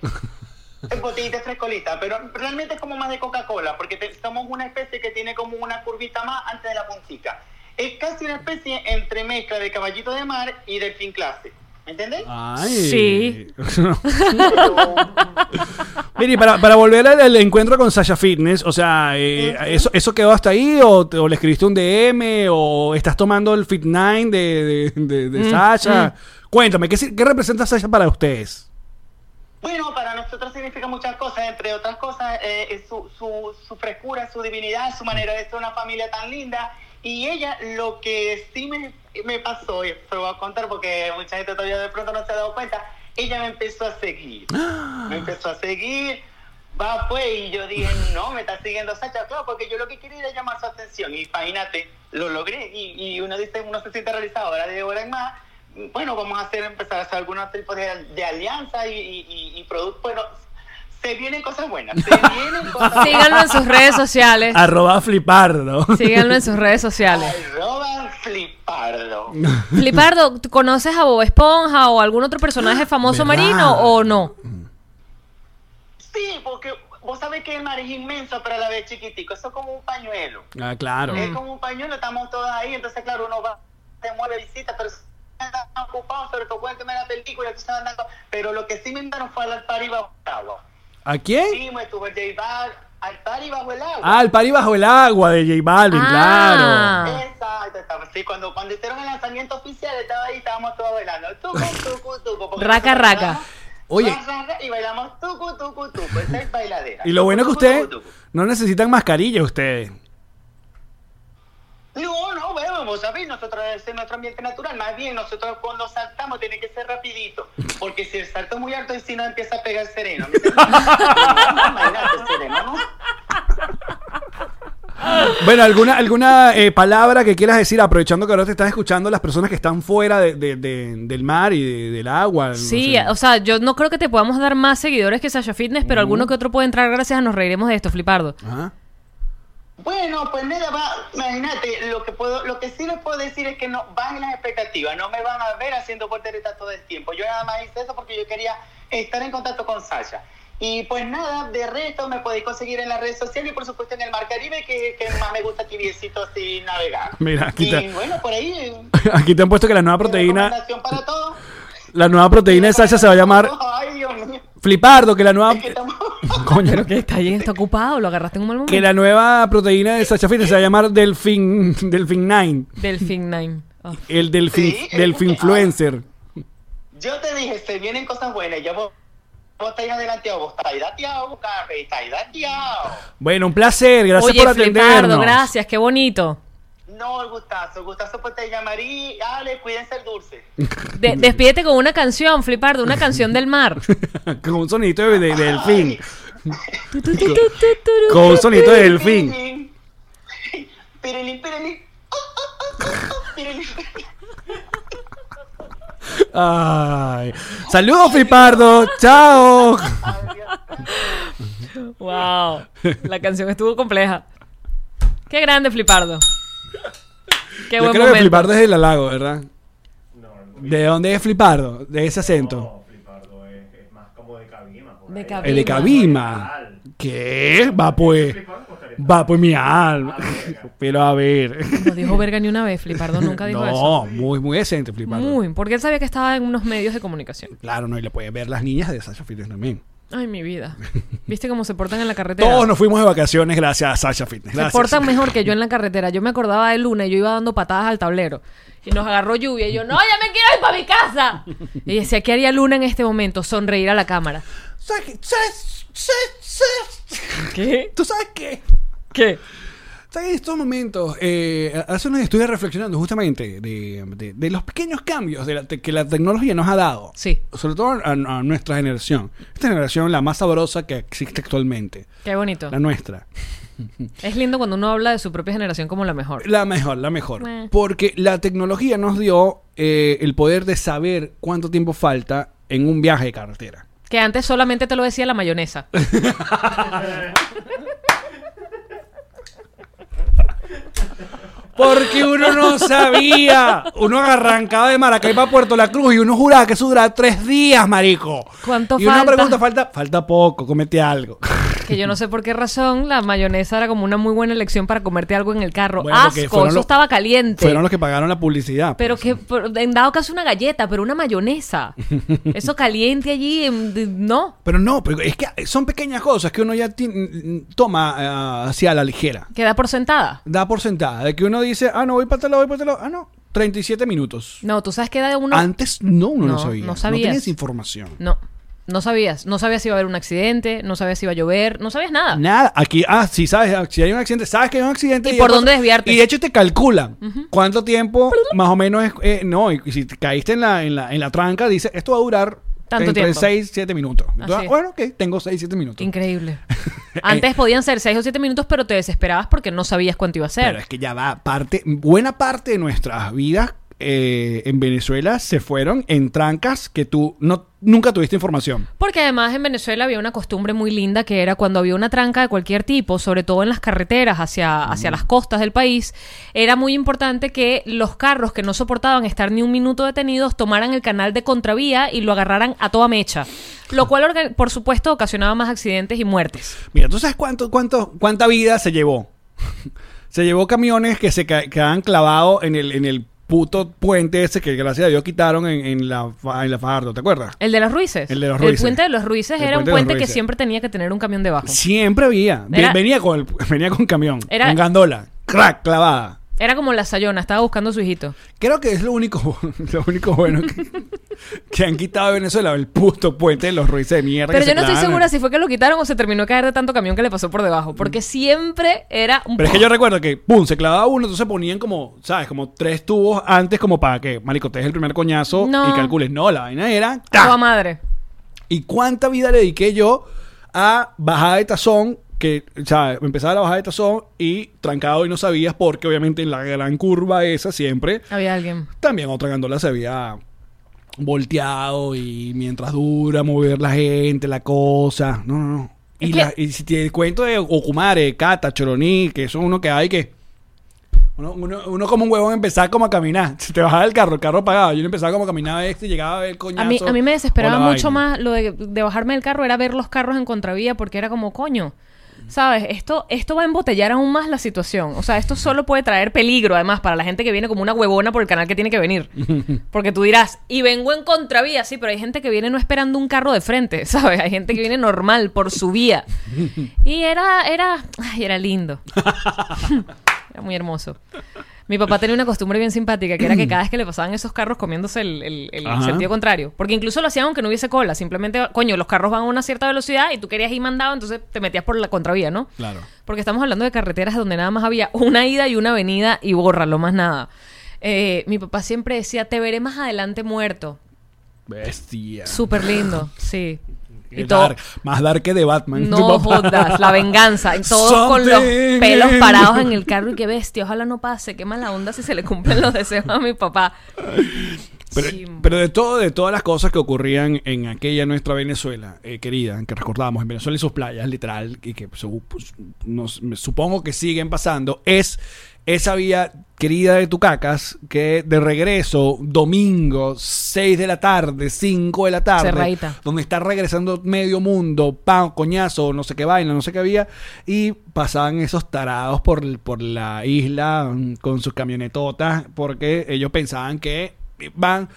Speaker 5: es Botellita de frescolita, pero realmente es como más de Coca-Cola, porque te- somos una especie que tiene como una curvita más antes de la puntica. Es casi una especie entre mezcla de caballito de mar y delfín clásico. ¿Me entendés?
Speaker 1: Ay.
Speaker 2: Sí.
Speaker 1: [LAUGHS] Mira, y para, para volver al, al encuentro con Sasha Fitness, o sea, eh, ¿eso, ¿eso quedó hasta ahí? ¿O, te- o le escribiste un DM? ¿O estás tomando el Fit 9 de, de, de-
Speaker 2: Mm,
Speaker 1: de Sasha? Cuéntame, ¿qué, si- qué representa Sasha para ustedes?
Speaker 5: Bueno, para nosotros significa muchas cosas, entre otras cosas, eh, eh, su, su, su frescura, su divinidad, su manera de ser una familia tan linda Y ella, lo que sí me, me pasó, y se lo voy a contar porque mucha gente todavía de pronto no se ha dado cuenta, ella me empezó a seguir. Me empezó a seguir, va pues, y yo dije, [LAUGHS] no, me está siguiendo Sacha, claro, porque yo lo que quería era llamar su atención. Y imagínate, lo logré. Y, y uno dice, uno se siente realizado, ahora de hora en más. Bueno, vamos a hacer, empezar a hacer algunos tipos de, de alianzas y, y, y, y productos. Bueno, se vienen cosas buenas. Se vienen cosas buenas.
Speaker 2: Síganlo en sus redes
Speaker 1: [LAUGHS]
Speaker 2: sociales.
Speaker 1: Arroba flipardo. [LAUGHS]
Speaker 2: Síganlo en sus redes sociales.
Speaker 5: Arroba flipardo.
Speaker 2: Flipardo, ¿tú conoces a Bob Esponja o algún otro personaje famoso
Speaker 1: Ah, ¿Verdad?
Speaker 2: marino o no?
Speaker 5: Sí, porque vos sabés que el mar es inmenso, pero a la vez chiquitico. Eso es como un pañuelo.
Speaker 1: Ah, claro.
Speaker 2: Eh,
Speaker 5: Es como un pañuelo, estamos todos ahí. Entonces, claro, uno va, se mueve, visita, pero están ocupados, sobre todo cuéntame la película, que están andando. Pero lo que sí me mandaron fue al par y bajo el agua.
Speaker 1: ¿A quién?
Speaker 5: Sí, me estuvo el J Bal, al par y bajo el agua.
Speaker 1: Ah, el pari bajo el agua de J Balvin,
Speaker 2: Ah.
Speaker 5: Exacto, estaba- sí, cuando, cuando hicieron el lanzamiento oficial estaba ahí, estábamos todos bailando. Tucu, tucu,
Speaker 1: [LAUGHS]
Speaker 5: tucu. porque
Speaker 2: Raca,
Speaker 5: nosotros
Speaker 2: raca.
Speaker 5: bailamos,
Speaker 1: Oye.
Speaker 5: ra, ra, ra, Y bailamos tucu, tucu, tucu. Esa es bailadera.
Speaker 1: claro. Y lo bueno es que
Speaker 5: Tucu, tucu,
Speaker 1: ustedes no necesitan mascarilla, ustedes.
Speaker 5: tucu. No, no, bueno, vamos a ver, nosotros es nuestro ambiente natural. Más bien, nosotros cuando saltamos tiene que ser rapidito. Porque si el salto es muy alto y si no empieza a pegar sereno. Me dice, "No, no, bailate, sereno, ¿no?".
Speaker 1: Bueno, ¿alguna, alguna eh, palabra que quieras decir, aprovechando que ahora te estás escuchando las personas que están fuera de- de- de- del mar y de- del agua? no
Speaker 2: Sí,
Speaker 1: sé.
Speaker 2: o sea, yo no creo que te podamos dar más seguidores que Sasha Fitness, pero
Speaker 1: Mm.
Speaker 2: alguno que otro puede entrar gracias a nos reiremos de esto, Flipardo.
Speaker 1: Ajá. [LAUGHS]
Speaker 5: Bueno, pues nada, va, imagínate, lo que puedo, lo que sí les puedo decir es que no bajen las expectativas, no me van a ver haciendo porteretas todo el tiempo. Yo nada más hice eso porque yo quería estar en contacto con Sasha. Y pues nada, de resto me podéis conseguir en las redes sociales y por supuesto en el Mar Caribe, que, que más me gusta tibiecito así navegar.
Speaker 1: Mira, aquí
Speaker 5: Y
Speaker 1: está.
Speaker 5: bueno, por ahí.
Speaker 1: Aquí te han puesto que la nueva
Speaker 5: mi
Speaker 1: proteína,
Speaker 5: recomendación para todos.
Speaker 1: la nueva proteína de Sasha se va a llamar Ah,
Speaker 5: Ay, Dios mío.
Speaker 1: Flipardo, que la nueva...
Speaker 5: [LAUGHS] Es que estamos-
Speaker 1: Coño, ¿no?
Speaker 2: Está bien, está ocupado, lo agarraste en un mal momento.
Speaker 1: que la nueva proteína de Sasha Fitness se va a llamar Delfin, Delfin Nine.
Speaker 2: Delfin Nine. Oh.
Speaker 1: El Delfin,
Speaker 5: Sí.
Speaker 1: Delfinfluencer.
Speaker 5: Yo te dije, se vienen cosas buenas, ya vos, vos estáis adelanteado, vos estáis dateado, carre, estáis dateado.
Speaker 1: Bueno, un placer, gracias
Speaker 2: Oye,
Speaker 1: por atendernos.
Speaker 2: Flipardo, gracias, qué bonito.
Speaker 5: No, el gustazo, el gustazo pues te llamarí, Ale, cuídense el dulce.
Speaker 1: [LAUGHS]
Speaker 2: De- despídete con una canción, Flipardo, una canción del mar.
Speaker 1: Con un sonidito de, de- de delfín. [LAUGHS] Con un sonidito de delfín.
Speaker 5: [LAUGHS] Pirelín, pirelín. Pirelín, pirelín.
Speaker 1: Ay. Saludos, Flipardo. Chao.
Speaker 2: Wow, la canción estuvo compleja. Qué grande, Flipardo. Qué
Speaker 1: Yo creo
Speaker 2: buen
Speaker 1: que
Speaker 2: momento.
Speaker 1: Flipardo es del halago, ¿verdad? ¿De dónde es Flipardo? De ese acento.
Speaker 6: Flipardo es, es más como de cabima. por
Speaker 2: De
Speaker 6: ahí.
Speaker 2: Cabima.
Speaker 1: El de Cabima. ¿Qué? Va pues. Va pues mi alma. Pero a ver.
Speaker 2: No dijo verga ni una vez, Flipardo nunca dijo
Speaker 1: [LAUGHS] No,
Speaker 2: eso.
Speaker 1: muy, muy decente Flipardo.
Speaker 2: Muy, porque él sabía que estaba en unos medios de comunicación.
Speaker 1: Claro, no, y le pueden ver las niñas de Sasha Fitness también.
Speaker 2: Ay, mi vida. ¿Viste cómo se portan en la carretera?
Speaker 1: Todos nos fuimos de vacaciones gracias a Sasha Fitness.
Speaker 2: se
Speaker 1: Gracias.
Speaker 2: portan mejor que yo en la carretera. Yo me acordaba de Luna y yo iba dando patadas al tablero. Y nos agarró lluvia y yo, no, ya me quiero ir para mi casa. Y decía, ¿qué haría Luna en este momento? Sonreír a la cámara.
Speaker 1: ¿Sabes qué? ¿Sabes? ¿Sabes? ¿Sabes?
Speaker 2: ¿Qué?
Speaker 1: ¿Tú sabes qué?
Speaker 2: ¿Qué?
Speaker 1: ¿Sabes? En estos momentos, eh, hace unos estuve reflexionando justamente de, de- de los pequeños cambios de la te- que la tecnología nos ha dado.
Speaker 2: Sí.
Speaker 1: Sobre todo a, a nuestra generación. Esta generación, la más sabrosa que existe actualmente.
Speaker 2: Qué bonito.
Speaker 1: La nuestra.
Speaker 2: Es lindo cuando uno habla de su propia generación como la mejor.
Speaker 1: La mejor, la mejor.
Speaker 2: Meh.
Speaker 1: Porque la tecnología nos dio eh, el poder de saber cuánto tiempo falta en un viaje de carretera.
Speaker 2: Que antes solamente te lo decía la mayonesa.
Speaker 1: Porque uno no sabía. Uno arrancaba de Maracay para Puerto La Cruz y uno juraba que eso duraba tres días, marico.
Speaker 2: ¿Cuánto
Speaker 1: y una
Speaker 2: falta?
Speaker 1: pregunta falta, falta poco, comete algo.
Speaker 2: Que yo no sé por qué razón la mayonesa era como una muy buena elección para comerte algo en el carro.
Speaker 1: Bueno, porque
Speaker 2: Asco,
Speaker 1: fueron
Speaker 2: eso
Speaker 1: los-
Speaker 2: estaba caliente.
Speaker 1: Fueron los que pagaron la publicidad.
Speaker 2: Pero que por- en dado caso una galleta, pero
Speaker 1: [LAUGHS]
Speaker 2: una mayonesa. Eso caliente allí, em, de- no.
Speaker 1: Pero no, pero es que son pequeñas cosas que uno ya ti- toma eh, hacia la ligera.
Speaker 2: Queda por sentada.
Speaker 1: Da por sentada. De que uno dice, ah, no, voy para este lado, voy para este lado. Ah, no, 37 minutos.
Speaker 2: No, tú sabes que da uno.
Speaker 1: Antes no, uno no,
Speaker 2: No,
Speaker 1: sabía.
Speaker 2: no
Speaker 1: No,
Speaker 2: sabías.
Speaker 1: tenías información.
Speaker 2: No. No sabías. No sabías si iba a haber un accidente, no sabías si iba a llover, no sabías nada.
Speaker 1: Nada, aquí, ah, sí sabes, ah, si hay un accidente, sabes que hay un accidente.
Speaker 2: ¿Y por
Speaker 1: el-
Speaker 2: dónde desviarte?
Speaker 1: Y de hecho te calculan cuánto tiempo, más o menos, es, eh, no, y y si te caíste en la, en la, en la tranca, dice, esto va a durar
Speaker 2: Tanto
Speaker 1: entre
Speaker 2: tiempo.
Speaker 1: 6, 7 minutos. Y tú,
Speaker 2: Así
Speaker 1: ah,
Speaker 2: es.
Speaker 1: bueno, ok, tengo 6, 7 minutos. [LAUGHS]
Speaker 2: Increíble. Antes podían ser 6 o 7 minutos, pero te desesperabas porque no sabías cuánto iba a ser.
Speaker 1: Pero es que ya va, parte, buena parte de nuestras vidas eh, en Venezuela se fueron en trancas que tú no, nunca tuviste información.
Speaker 2: Porque además en Venezuela había una costumbre muy linda que era cuando había una tranca de cualquier tipo, sobre todo en las carreteras hacia, hacia las costas del país, era muy importante que los carros que no soportaban estar ni un minuto detenidos tomaran el canal de contravía y lo agarraran a toda mecha. Lo cual, orga- por supuesto, ocasionaba más accidentes y muertes.
Speaker 1: Mira, ¿tú sabes cuánto, cuánto, cuánta vida se llevó? [LAUGHS] se llevó camiones que se ca- quedaban clavados en el, en el puto puente ese que gracias a Dios quitaron en, en la, fa- en la Fajardo, ¿te acuerdas?
Speaker 2: El de los Ruices.
Speaker 1: El de los Ruices.
Speaker 2: puente de los Ruices
Speaker 1: El
Speaker 2: era un
Speaker 1: puente de los
Speaker 2: puente que
Speaker 1: Ruices.
Speaker 2: siempre tenía que tener un camión debajo.
Speaker 1: Siempre había. Ve-
Speaker 2: Era-
Speaker 1: venía, con el- [LAUGHS] venía con camión,
Speaker 2: Era-
Speaker 1: con gandola, crack, clavada.
Speaker 2: Era como la Sayona, estaba buscando a su hijito.
Speaker 1: Creo que es lo único, [LAUGHS] lo único bueno que, que han quitado de Venezuela, el puto puente de los ruices de mierda.
Speaker 2: Pero
Speaker 1: que
Speaker 2: yo
Speaker 1: se
Speaker 2: no estoy
Speaker 1: clavan.
Speaker 2: segura si fue que lo quitaron o se terminó de caer de tanto camión que le pasó por debajo. Porque siempre era un
Speaker 1: Mm. Pero es que yo recuerdo que, pum, se clavaba uno, entonces ponían como, ¿sabes? Como tres tubos antes, como para que, marico, te des el primer coñazo
Speaker 2: No.
Speaker 1: y calcules. No, la vaina era. ¡tac!
Speaker 2: Toda madre.
Speaker 1: ¿Y cuánta vida le dediqué yo a bajada de tazón? Que, o sea, empezaba la bajada de tazón y trancado y no sabías, porque obviamente en la gran curva esa siempre,
Speaker 2: Había alguien.
Speaker 1: también otra gandola se había volteado y mientras dura mover la gente, la cosa. No, no, no. Y,
Speaker 2: Es que-
Speaker 1: la- y si te cuento de Okumare, Cata, Choroní, que son uno que hay que. Uno, uno- uno como un huevón empezaba como a caminar. Si te bajaba el carro, el carro apagado. Yo empezaba como a caminar este y llegaba a ver el coñazo.
Speaker 2: A mí, a mí me desesperaba
Speaker 1: o la
Speaker 2: mucho
Speaker 1: vaina.
Speaker 2: más lo de, de bajarme del carro, era ver los carros en contravía porque era como, coño, ¿sabes? Esto, esto va a embotellar aún más la situación. O sea, esto solo puede traer peligro, además, para la gente que viene como una huevona por el canal que tiene
Speaker 1: [LAUGHS]
Speaker 2: que venir. Porque tú dirás, y vengo en contravía, sí, pero hay gente que viene no esperando un carro de frente, [LAUGHS] ¿sabes? Hay gente que viene normal, por su vía. Y era, era, ay,
Speaker 1: [LAUGHS]
Speaker 2: era lindo. Era muy hermoso. Mi papá tenía una costumbre bien simpática, que era
Speaker 1: [CLEARS THROAT]
Speaker 2: que cada vez que le pasaban esos carros comiéndose el, el- el
Speaker 1: Ajá.
Speaker 2: sentido contrario. Porque incluso lo hacían aunque no hubiese cola. Simplemente, coño, los carros van a una cierta velocidad y tú querías ir mandado, entonces te metías por la contravía, ¿no?
Speaker 1: Claro.
Speaker 2: Porque estamos hablando de carreteras donde nada más había una ida y una venida y bórralo más nada. Eh, mi papá siempre decía, te veré más adelante muerto.
Speaker 1: Bestia.
Speaker 2: Súper lindo, sí.
Speaker 1: Qué
Speaker 2: Y todo,
Speaker 1: dark. Más dark que [LAUGHS] de Batman. Tu
Speaker 2: no
Speaker 1: papá.
Speaker 2: jodas, la venganza. Y todos con los
Speaker 1: Something
Speaker 2: pelos
Speaker 1: in-
Speaker 2: parados en el carro y qué bestia. Ojalá no pase, qué mala onda si se le cumplen los deseos a mi papá.
Speaker 1: Pero,
Speaker 2: Chimbo.
Speaker 1: pero de todo, de todas las cosas que ocurrían en aquella nuestra Venezuela, eh, querida, que recordábamos en Venezuela y sus playas, literal, y que su- pues, nos- me supongo que siguen pasando, es esa vía querida de Tucacas que de regreso, domingo, 6 de la tarde, 5 de la tarde,
Speaker 2: Cerradita.
Speaker 1: donde está regresando medio mundo, pan, coñazo, no sé qué vaina, no sé qué había, y pasaban esos tarados por, por la isla mm, con sus camionetotas, porque ellos pensaban que van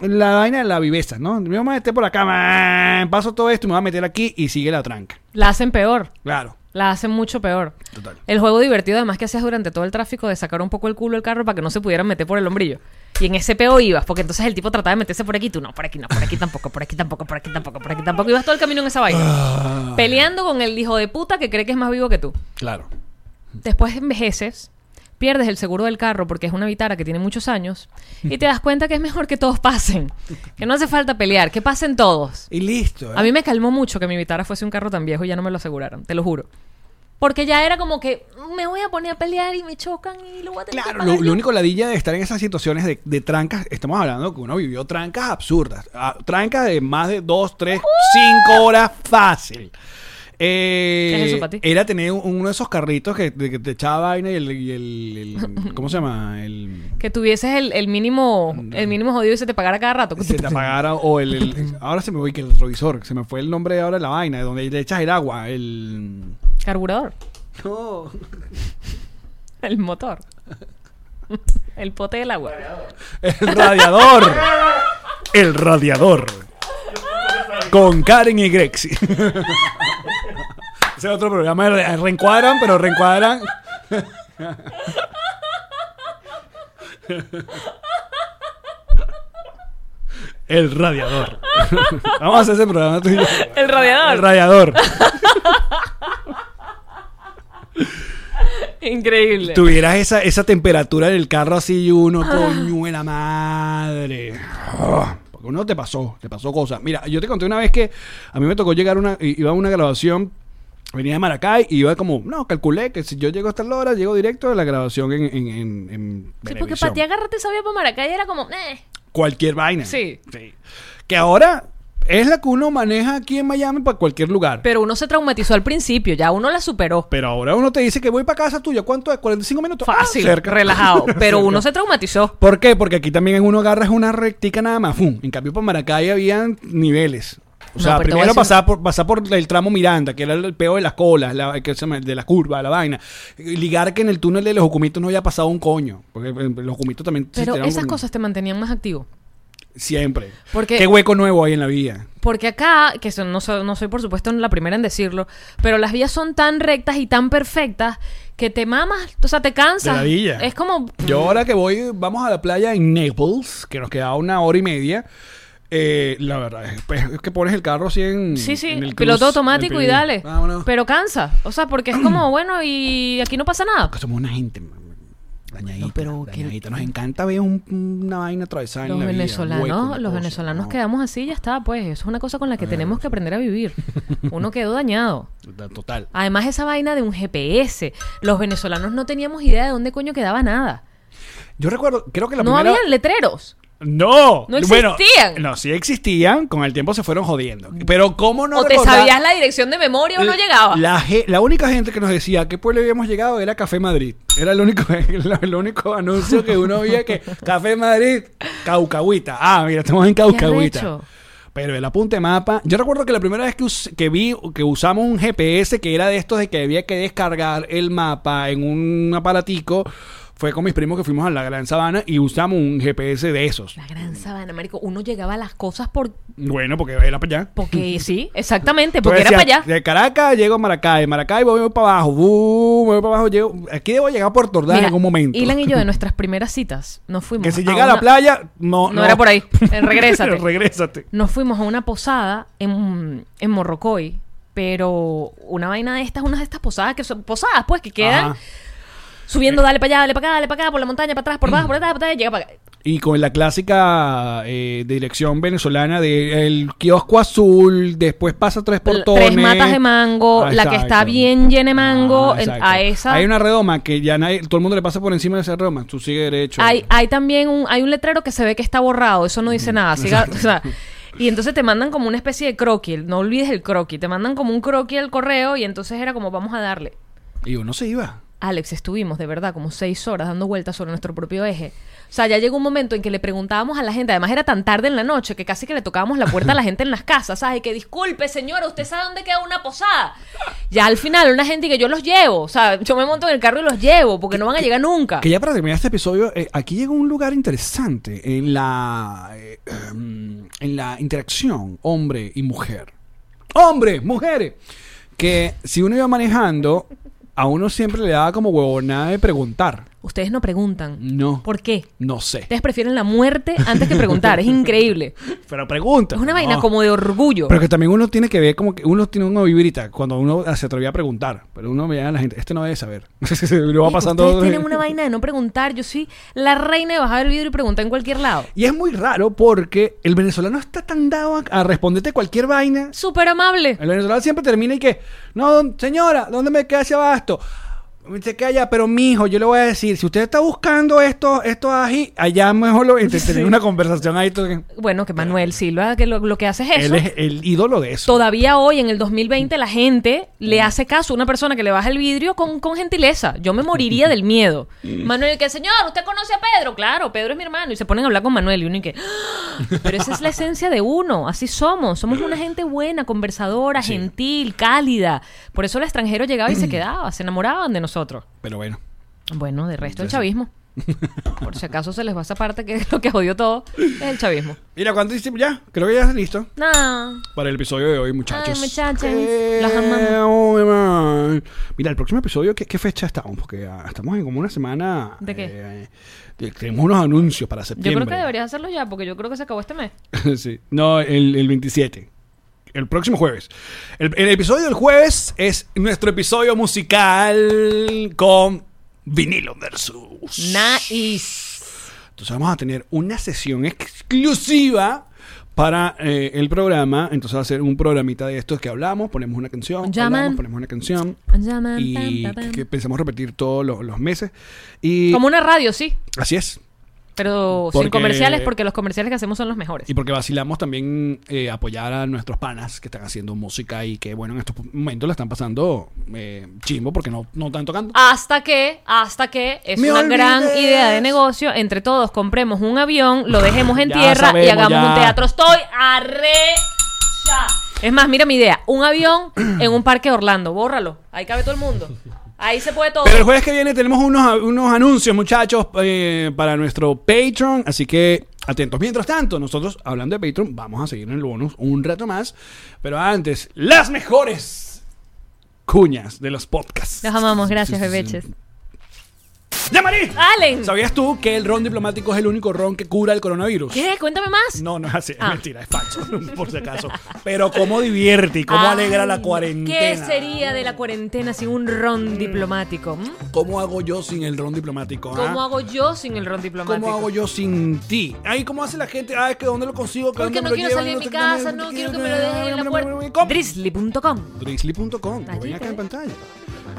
Speaker 1: la vaina de la viveza, ¿no? Mi mamá esté por acá, man, paso todo esto y me voy a meter aquí y sigue la tranca.
Speaker 2: La hacen peor,
Speaker 1: Claro,
Speaker 2: la hacen mucho peor.
Speaker 1: total.
Speaker 2: El juego divertido además que hacías durante todo el tráfico de sacar un poco el culo del carro para que no se pudieran meter por el hombrillo. Y en ese peo ibas, porque entonces el tipo trataba de meterse por aquí, y tú no, por aquí no, por aquí tampoco, por aquí tampoco, por aquí tampoco, por aquí tampoco. Ibas todo el camino en esa vaina. Peleando con el hijo de puta que cree que es más vivo que tú.
Speaker 1: Claro.
Speaker 2: Después envejeces, pierdes el seguro del carro porque es una vitara que tiene muchos años y te das cuenta que es mejor que todos pasen, que no hace falta pelear, que pasen todos.
Speaker 1: Y listo. ¿eh?
Speaker 2: A mí me calmó mucho que mi vitara fuese un carro tan viejo y ya no me lo aseguraron, te lo juro. Porque ya era como que "Mm, me voy a poner a pelear y me chocan y lo voy a tener que
Speaker 1: Claro,
Speaker 2: pagar
Speaker 1: lo, lo
Speaker 2: yo.
Speaker 1: único ladilla de estar en esas situaciones de, de trancas, estamos hablando que uno vivió trancas absurdas, ah, trancas de más de 2, 3, 5 horas fácil. Eh,
Speaker 2: ¿Qué es eso pa' ti?
Speaker 1: Era tener un- uno de esos carritos que, de- que te echaba vaina y el, y el-
Speaker 2: [LAUGHS]
Speaker 1: el- ¿Cómo se llama? El,
Speaker 2: Que tuvieses el, el mínimo el mínimo jodido y se te pagara cada rato.
Speaker 1: se te apagara o el,
Speaker 2: [LAUGHS]
Speaker 1: el- Ahora se me voy que el retrovisor, se me fue el nombre ahora de la vaina, de donde le echas el agua, el...
Speaker 2: Carburador,
Speaker 1: No.
Speaker 2: [LAUGHS] el motor, [LAUGHS] el pote del agua.
Speaker 1: El radiador. El radiador. Con Karen y Grexi. Ese es otro programa. re- Reencuadran, pero reencuadran. El radiador. Vamos a hacer ese programa tú y yo.
Speaker 4: El radiador.
Speaker 1: El radiador.
Speaker 4: Increíble.
Speaker 1: Tuvieras esa, esa temperatura del carro así y uno,
Speaker 4: Ah.
Speaker 1: coño de la madre. Ah, Porque uno te pasó, te pasó cosas. Mira, yo te conté una vez que a mí me tocó llegar una, i- iba a una grabación, venía de Maracay y iba como, no, calculé que si yo llego hasta la hora, llego directo a la grabación en, en, en, en
Speaker 4: Sí, porque
Speaker 1: Venevisión.
Speaker 4: para ti agarrarte sabía para Maracay era como. Eh.
Speaker 1: cualquier vaina.
Speaker 4: Sí.
Speaker 1: Que ahora es la que uno maneja aquí en Miami para cualquier lugar. Pero,
Speaker 4: Pero uno se traumatizó al principio, ya uno la superó.
Speaker 1: ahora uno te dice que voy para casa tuya. ¿Cuánto es? ¿45 minutos? Ah,
Speaker 4: Fácil,
Speaker 1: cerca. [LAUGHS]
Speaker 4: relajado. Pero
Speaker 1: Cerca.
Speaker 4: uno se traumatizó.
Speaker 1: ¿Por qué? Porque aquí también en uno agarras una rectica nada más. ¡fum! En cambio, por Maracay habían niveles. O
Speaker 4: No,
Speaker 1: sea,
Speaker 4: pero te voy a
Speaker 1: primero
Speaker 4: decir-
Speaker 1: pasaba por, pasaba por el tramo Miranda, que era el peo de las colas, la- que se llama, de la curva, la vaina. Ligar que en el túnel de los Jucumitos no había pasado un coño. Porque eh, los Jucumitos también... se
Speaker 2: Pero
Speaker 1: tiraban
Speaker 2: esas
Speaker 1: por-
Speaker 2: cosas te mantenían más activo.
Speaker 1: Siempre.
Speaker 2: Porque-
Speaker 1: ¿Qué hueco nuevo hay en la vía?
Speaker 2: Porque acá, que eso no, so- no soy por supuesto la primera en decirlo, pero las vías son tan rectas y tan perfectas que te mamas, o sea, te cansas.
Speaker 1: De la villa.
Speaker 2: Es como...
Speaker 1: Yo ahora que voy, vamos a la playa en Naples, que nos queda una hora y media. eh, la verdad es, pues, es que pones el carro así en,
Speaker 2: Sí, sí,
Speaker 1: en el
Speaker 2: piloto
Speaker 1: cruise,
Speaker 2: automático
Speaker 1: en
Speaker 2: y
Speaker 1: el-
Speaker 2: dale.
Speaker 1: Vámonos.
Speaker 2: Pero cansa. O sea,
Speaker 1: [CLEARS THROAT]
Speaker 2: porque es como, bueno, y aquí no pasa nada.
Speaker 1: Que somos una gente man, dañadita,
Speaker 2: pero que-
Speaker 1: dañadita. nos encanta ver un- una vaina atravesada
Speaker 2: Los
Speaker 1: en la vida,
Speaker 2: venezolanos,
Speaker 1: un hueco, una
Speaker 2: los
Speaker 1: cosa,
Speaker 2: venezolanos
Speaker 1: ¿no? Ah,
Speaker 2: quedamos así y ya está, pues. Eso es una cosa con la que tenemos que aprender
Speaker 1: [LAUGHS]
Speaker 2: a vivir. Uno quedó dañado.
Speaker 1: Total, Total.
Speaker 2: Además, esa vaina de un GPS. Los venezolanos no teníamos idea de dónde coño quedaba nada.
Speaker 1: Yo recuerdo, creo que la
Speaker 2: no
Speaker 1: primera...
Speaker 2: habían letreros.
Speaker 1: No,
Speaker 2: No
Speaker 1: bueno,
Speaker 2: existían.
Speaker 1: no, sí existían, con el tiempo se fueron jodiendo. Pero cómo no
Speaker 4: o te
Speaker 1: recordar-
Speaker 4: sabías la dirección de memoria o no llegaba.
Speaker 1: La, ge- la única gente que nos decía a qué pueblo habíamos llegado era Café Madrid. Era el único, [LAUGHS] el, único anuncio que uno veía que Café Madrid, Caucahuita. Ah, mira, estamos en Caucahuita.
Speaker 2: arrecho.
Speaker 1: Pero el apunte mapa. Yo recuerdo que la primera vez que, us- que vi que usamos un GPS que era de estos de que había que descargar el mapa en un aparatico fue con mis primos que fuimos a la Gran Sabana y usamos un GPS de esos.
Speaker 2: La gran sabana, marico. Uno llegaba a las cosas por...
Speaker 1: Bueno, porque era para allá. [LAUGHS]
Speaker 2: Porque sí, exactamente,
Speaker 1: Tú
Speaker 2: porque era para
Speaker 1: decías,
Speaker 2: allá.
Speaker 1: De Caracas llego a Maracay, Maracay voy, voy para abajo, bu, voy para abajo, llego- aquí debo llegar a Puerto Ordaz en
Speaker 2: Mira,
Speaker 1: algún momento. [LAUGHS]
Speaker 2: Ilan y yo de nuestras primeras citas nos fuimos
Speaker 1: que si llega a la
Speaker 2: una-
Speaker 1: playa, no,
Speaker 2: No
Speaker 1: [LAUGHS]
Speaker 2: era por ahí. Eh, regrésate.
Speaker 1: regrésate.
Speaker 2: Nos fuimos a una posada en, en Morrocoy, pero una vaina de estas, unas de estas posadas que son posadas, pues, que quedan
Speaker 1: Ajá.
Speaker 2: subiendo, dale para allá, dale para acá, dale para acá, por la montaña, para atrás, por abajo, por atrás, para atrás, llega para acá.
Speaker 1: Y con la clásica eh, dirección venezolana de el kiosco azul, después pasa tres
Speaker 2: L-
Speaker 1: portones.
Speaker 2: Tres matas de mango,
Speaker 1: Ah,
Speaker 2: la que
Speaker 1: exacto.
Speaker 2: está bien llena de mango,
Speaker 1: Ah,
Speaker 2: en-
Speaker 1: exacto.
Speaker 2: a esa.
Speaker 1: Hay una redoma que ya nadie, todo el mundo le pasa por encima de esa redoma, tú sigue derecho.
Speaker 2: Hay, hay también un, hay un letrero que se ve que está borrado, eso no
Speaker 1: Mm.
Speaker 2: dice nada. siga-
Speaker 1: [LAUGHS]
Speaker 2: o sea, y entonces te mandan como una especie de croquis, no olvides el croquis, te mandan como un croquis al correo y entonces era como vamos a darle.
Speaker 1: Y uno se iba.
Speaker 2: Alex, estuvimos de verdad como seis horas dando vueltas sobre nuestro propio eje. O sea, ya llegó un momento en que le preguntábamos a la gente, además era tan tarde en la noche que casi que le tocábamos la puerta a la gente en las casas, ¿sabes? Y que disculpe, señora, ¿usted sabe dónde queda una posada? Ya al final, una gente que yo los llevo, o sea, yo me monto en el carro y los llevo porque no van a llegar nunca.
Speaker 1: Que ya para terminar este episodio, eh, aquí llega un lugar interesante en la, eh, em, en la interacción hombre y mujer. ¡Hombres! ¡Mujeres! Que si uno iba manejando, a uno siempre le daba como huevonada de preguntar.
Speaker 2: Ustedes no preguntan.
Speaker 1: No.
Speaker 2: ¿Por qué?
Speaker 1: No sé.
Speaker 2: Ustedes prefieren la muerte antes que preguntar. es increíble.
Speaker 1: Pero pregunta.
Speaker 2: Es una vaina
Speaker 1: No.
Speaker 2: como de orgullo.
Speaker 1: Pero que también uno tiene que ver como que uno tiene una vibrita cuando uno se atrevía a preguntar. Pero uno veía a la gente, este no debe saber. [LAUGHS] Lo va
Speaker 2: Marico,
Speaker 1: pasando.
Speaker 2: Ustedes tienen una vaina de no preguntar. Yo soy la reina de bajar el vidrio y preguntar en cualquier lado.
Speaker 1: Y es muy raro porque el venezolano está tan dado a, a responderte cualquier vaina.
Speaker 2: Súper amable.
Speaker 1: El venezolano siempre termina y que, no, don- señora, ¿dónde me queda ese abasto? Se queda allá, pero mijo, yo le voy a decir, si usted está buscando esto, esto ají, allá mejor lo este, tener una conversación ahí. todo que-
Speaker 2: Bueno, que Manuel Silva, que lo, lo que hace es
Speaker 1: Él
Speaker 2: eso.
Speaker 1: es el ídolo de eso.
Speaker 2: Todavía hoy, en el 2020, la gente le hace caso a una persona que le baja el vidrio con, con gentileza. Yo me moriría del miedo. Manuel, que señor, ¿usted conoce a Pedro? Claro, Pedro es mi hermano. Y se ponen a hablar con Manuel y uno y que... "Ah", Pero esa es la esencia de uno. Así somos. Somos una gente buena, conversadora, gentil, cálida. Por eso el extranjero llegaba y se quedaba. Se enamoraban de nosotros.
Speaker 1: Pero bueno.
Speaker 2: Bueno, de resto, el
Speaker 1: Entonces-
Speaker 2: chavismo. Por si acaso se les va esa parte que es lo que jodió todo, es el chavismo.
Speaker 1: Mira, ¿cuánto hicimos ya? Creo que ya es listo
Speaker 2: No.
Speaker 1: para el episodio de hoy, muchachos.
Speaker 2: Ay, muchachos.
Speaker 1: Eh,
Speaker 2: Los amamos.
Speaker 1: oh, man. Mira, el próximo episodio, ¿qué, qué fecha estamos? Porque ah, estamos en como una semana.
Speaker 2: ¿De qué?
Speaker 1: eh, de- tenemos unos anuncios para
Speaker 2: Yo
Speaker 1: septiembre.
Speaker 2: creo que deberías hacerlo ya, porque yo creo que se acabó este mes.
Speaker 1: [LAUGHS] Sí. No, el, el 27. El próximo jueves. El, el episodio del jueves es nuestro episodio musical con vinilo versus.
Speaker 2: Nice.
Speaker 1: Entonces vamos a tener una sesión exclusiva para eh, el programa. Entonces va a ser un programita de estos que hablamos, ponemos una canción,
Speaker 2: Llaman.
Speaker 1: hablamos, ponemos una canción
Speaker 2: Llaman,
Speaker 1: y
Speaker 2: pam, pam, pam.
Speaker 1: que pensamos repetir todos los, los meses. Y
Speaker 2: Como una radio, sí.
Speaker 1: así es.
Speaker 2: Pero
Speaker 1: Porque-
Speaker 2: sin comerciales, porque los comerciales que hacemos son los mejores.
Speaker 1: Y porque vacilamos también eh, apoyar a nuestros panas que están haciendo música y que, bueno, en estos momentos la están pasando eh, chimbo porque no, no están tocando.
Speaker 2: Hasta que, hasta que es
Speaker 1: Me
Speaker 2: una gran
Speaker 1: olvides.
Speaker 2: idea de negocio. Entre todos compremos un avión, lo dejemos en
Speaker 1: Ya
Speaker 2: tierra y
Speaker 1: sabemos,
Speaker 2: hagamos
Speaker 1: ya.
Speaker 2: un teatro. Estoy arrecha. Es más, mira mi idea.
Speaker 1: [CLEARS THROAT]
Speaker 2: Un avión en un parque de Orlando. Bórralo. Ahí cabe todo el mundo. Ahí se puede todo.
Speaker 1: Pero el jueves que viene tenemos unos, unos anuncios, muchachos, eh, para nuestro Patreon. Así que atentos. Mientras tanto, nosotros, hablando de Patreon, vamos a seguir en el bonus un rato más. Pero antes, las mejores cuñas de los podcasts.
Speaker 2: Los amamos. Gracias,
Speaker 1: Sí, sí, sí.
Speaker 2: bebeches.
Speaker 1: ¡Ya, Marí!
Speaker 2: ¡Allen!
Speaker 1: ¿Sabías tú que el ron diplomático es el único ron que cura el coronavirus?
Speaker 2: ¿Qué? Cuéntame más.
Speaker 1: No, no es así, es
Speaker 2: Ah.
Speaker 1: mentira, es falso, [LAUGHS] por si acaso. Pero cómo divierte y cómo
Speaker 2: Ay,
Speaker 1: alegra la cuarentena.
Speaker 2: Ah, ¿Qué sería de la cuarentena sin un ron diplomático? ¿m?
Speaker 1: ¿Cómo hago yo sin el ron diplomático? ah?
Speaker 2: ¿Cómo hago yo sin el ron diplomático?
Speaker 1: ¿Cómo hago yo sin ti? Ay, ¿cómo hace la gente? Ah, es que ¿dónde lo consigo? ¿Que
Speaker 2: Porque
Speaker 1: dónde
Speaker 2: no
Speaker 1: me lo
Speaker 2: quiero
Speaker 1: llevan?
Speaker 2: salir de mi
Speaker 1: sé qué,
Speaker 2: casa,
Speaker 1: sé
Speaker 2: no
Speaker 1: qué,
Speaker 2: quiero que
Speaker 1: eh,
Speaker 2: me lo dejen en la puerta.
Speaker 1: ¿Cómo?
Speaker 2: Drizzly.com
Speaker 1: Drizzly.com.
Speaker 2: Allí
Speaker 1: Ven acá
Speaker 2: te-
Speaker 1: en pantalla.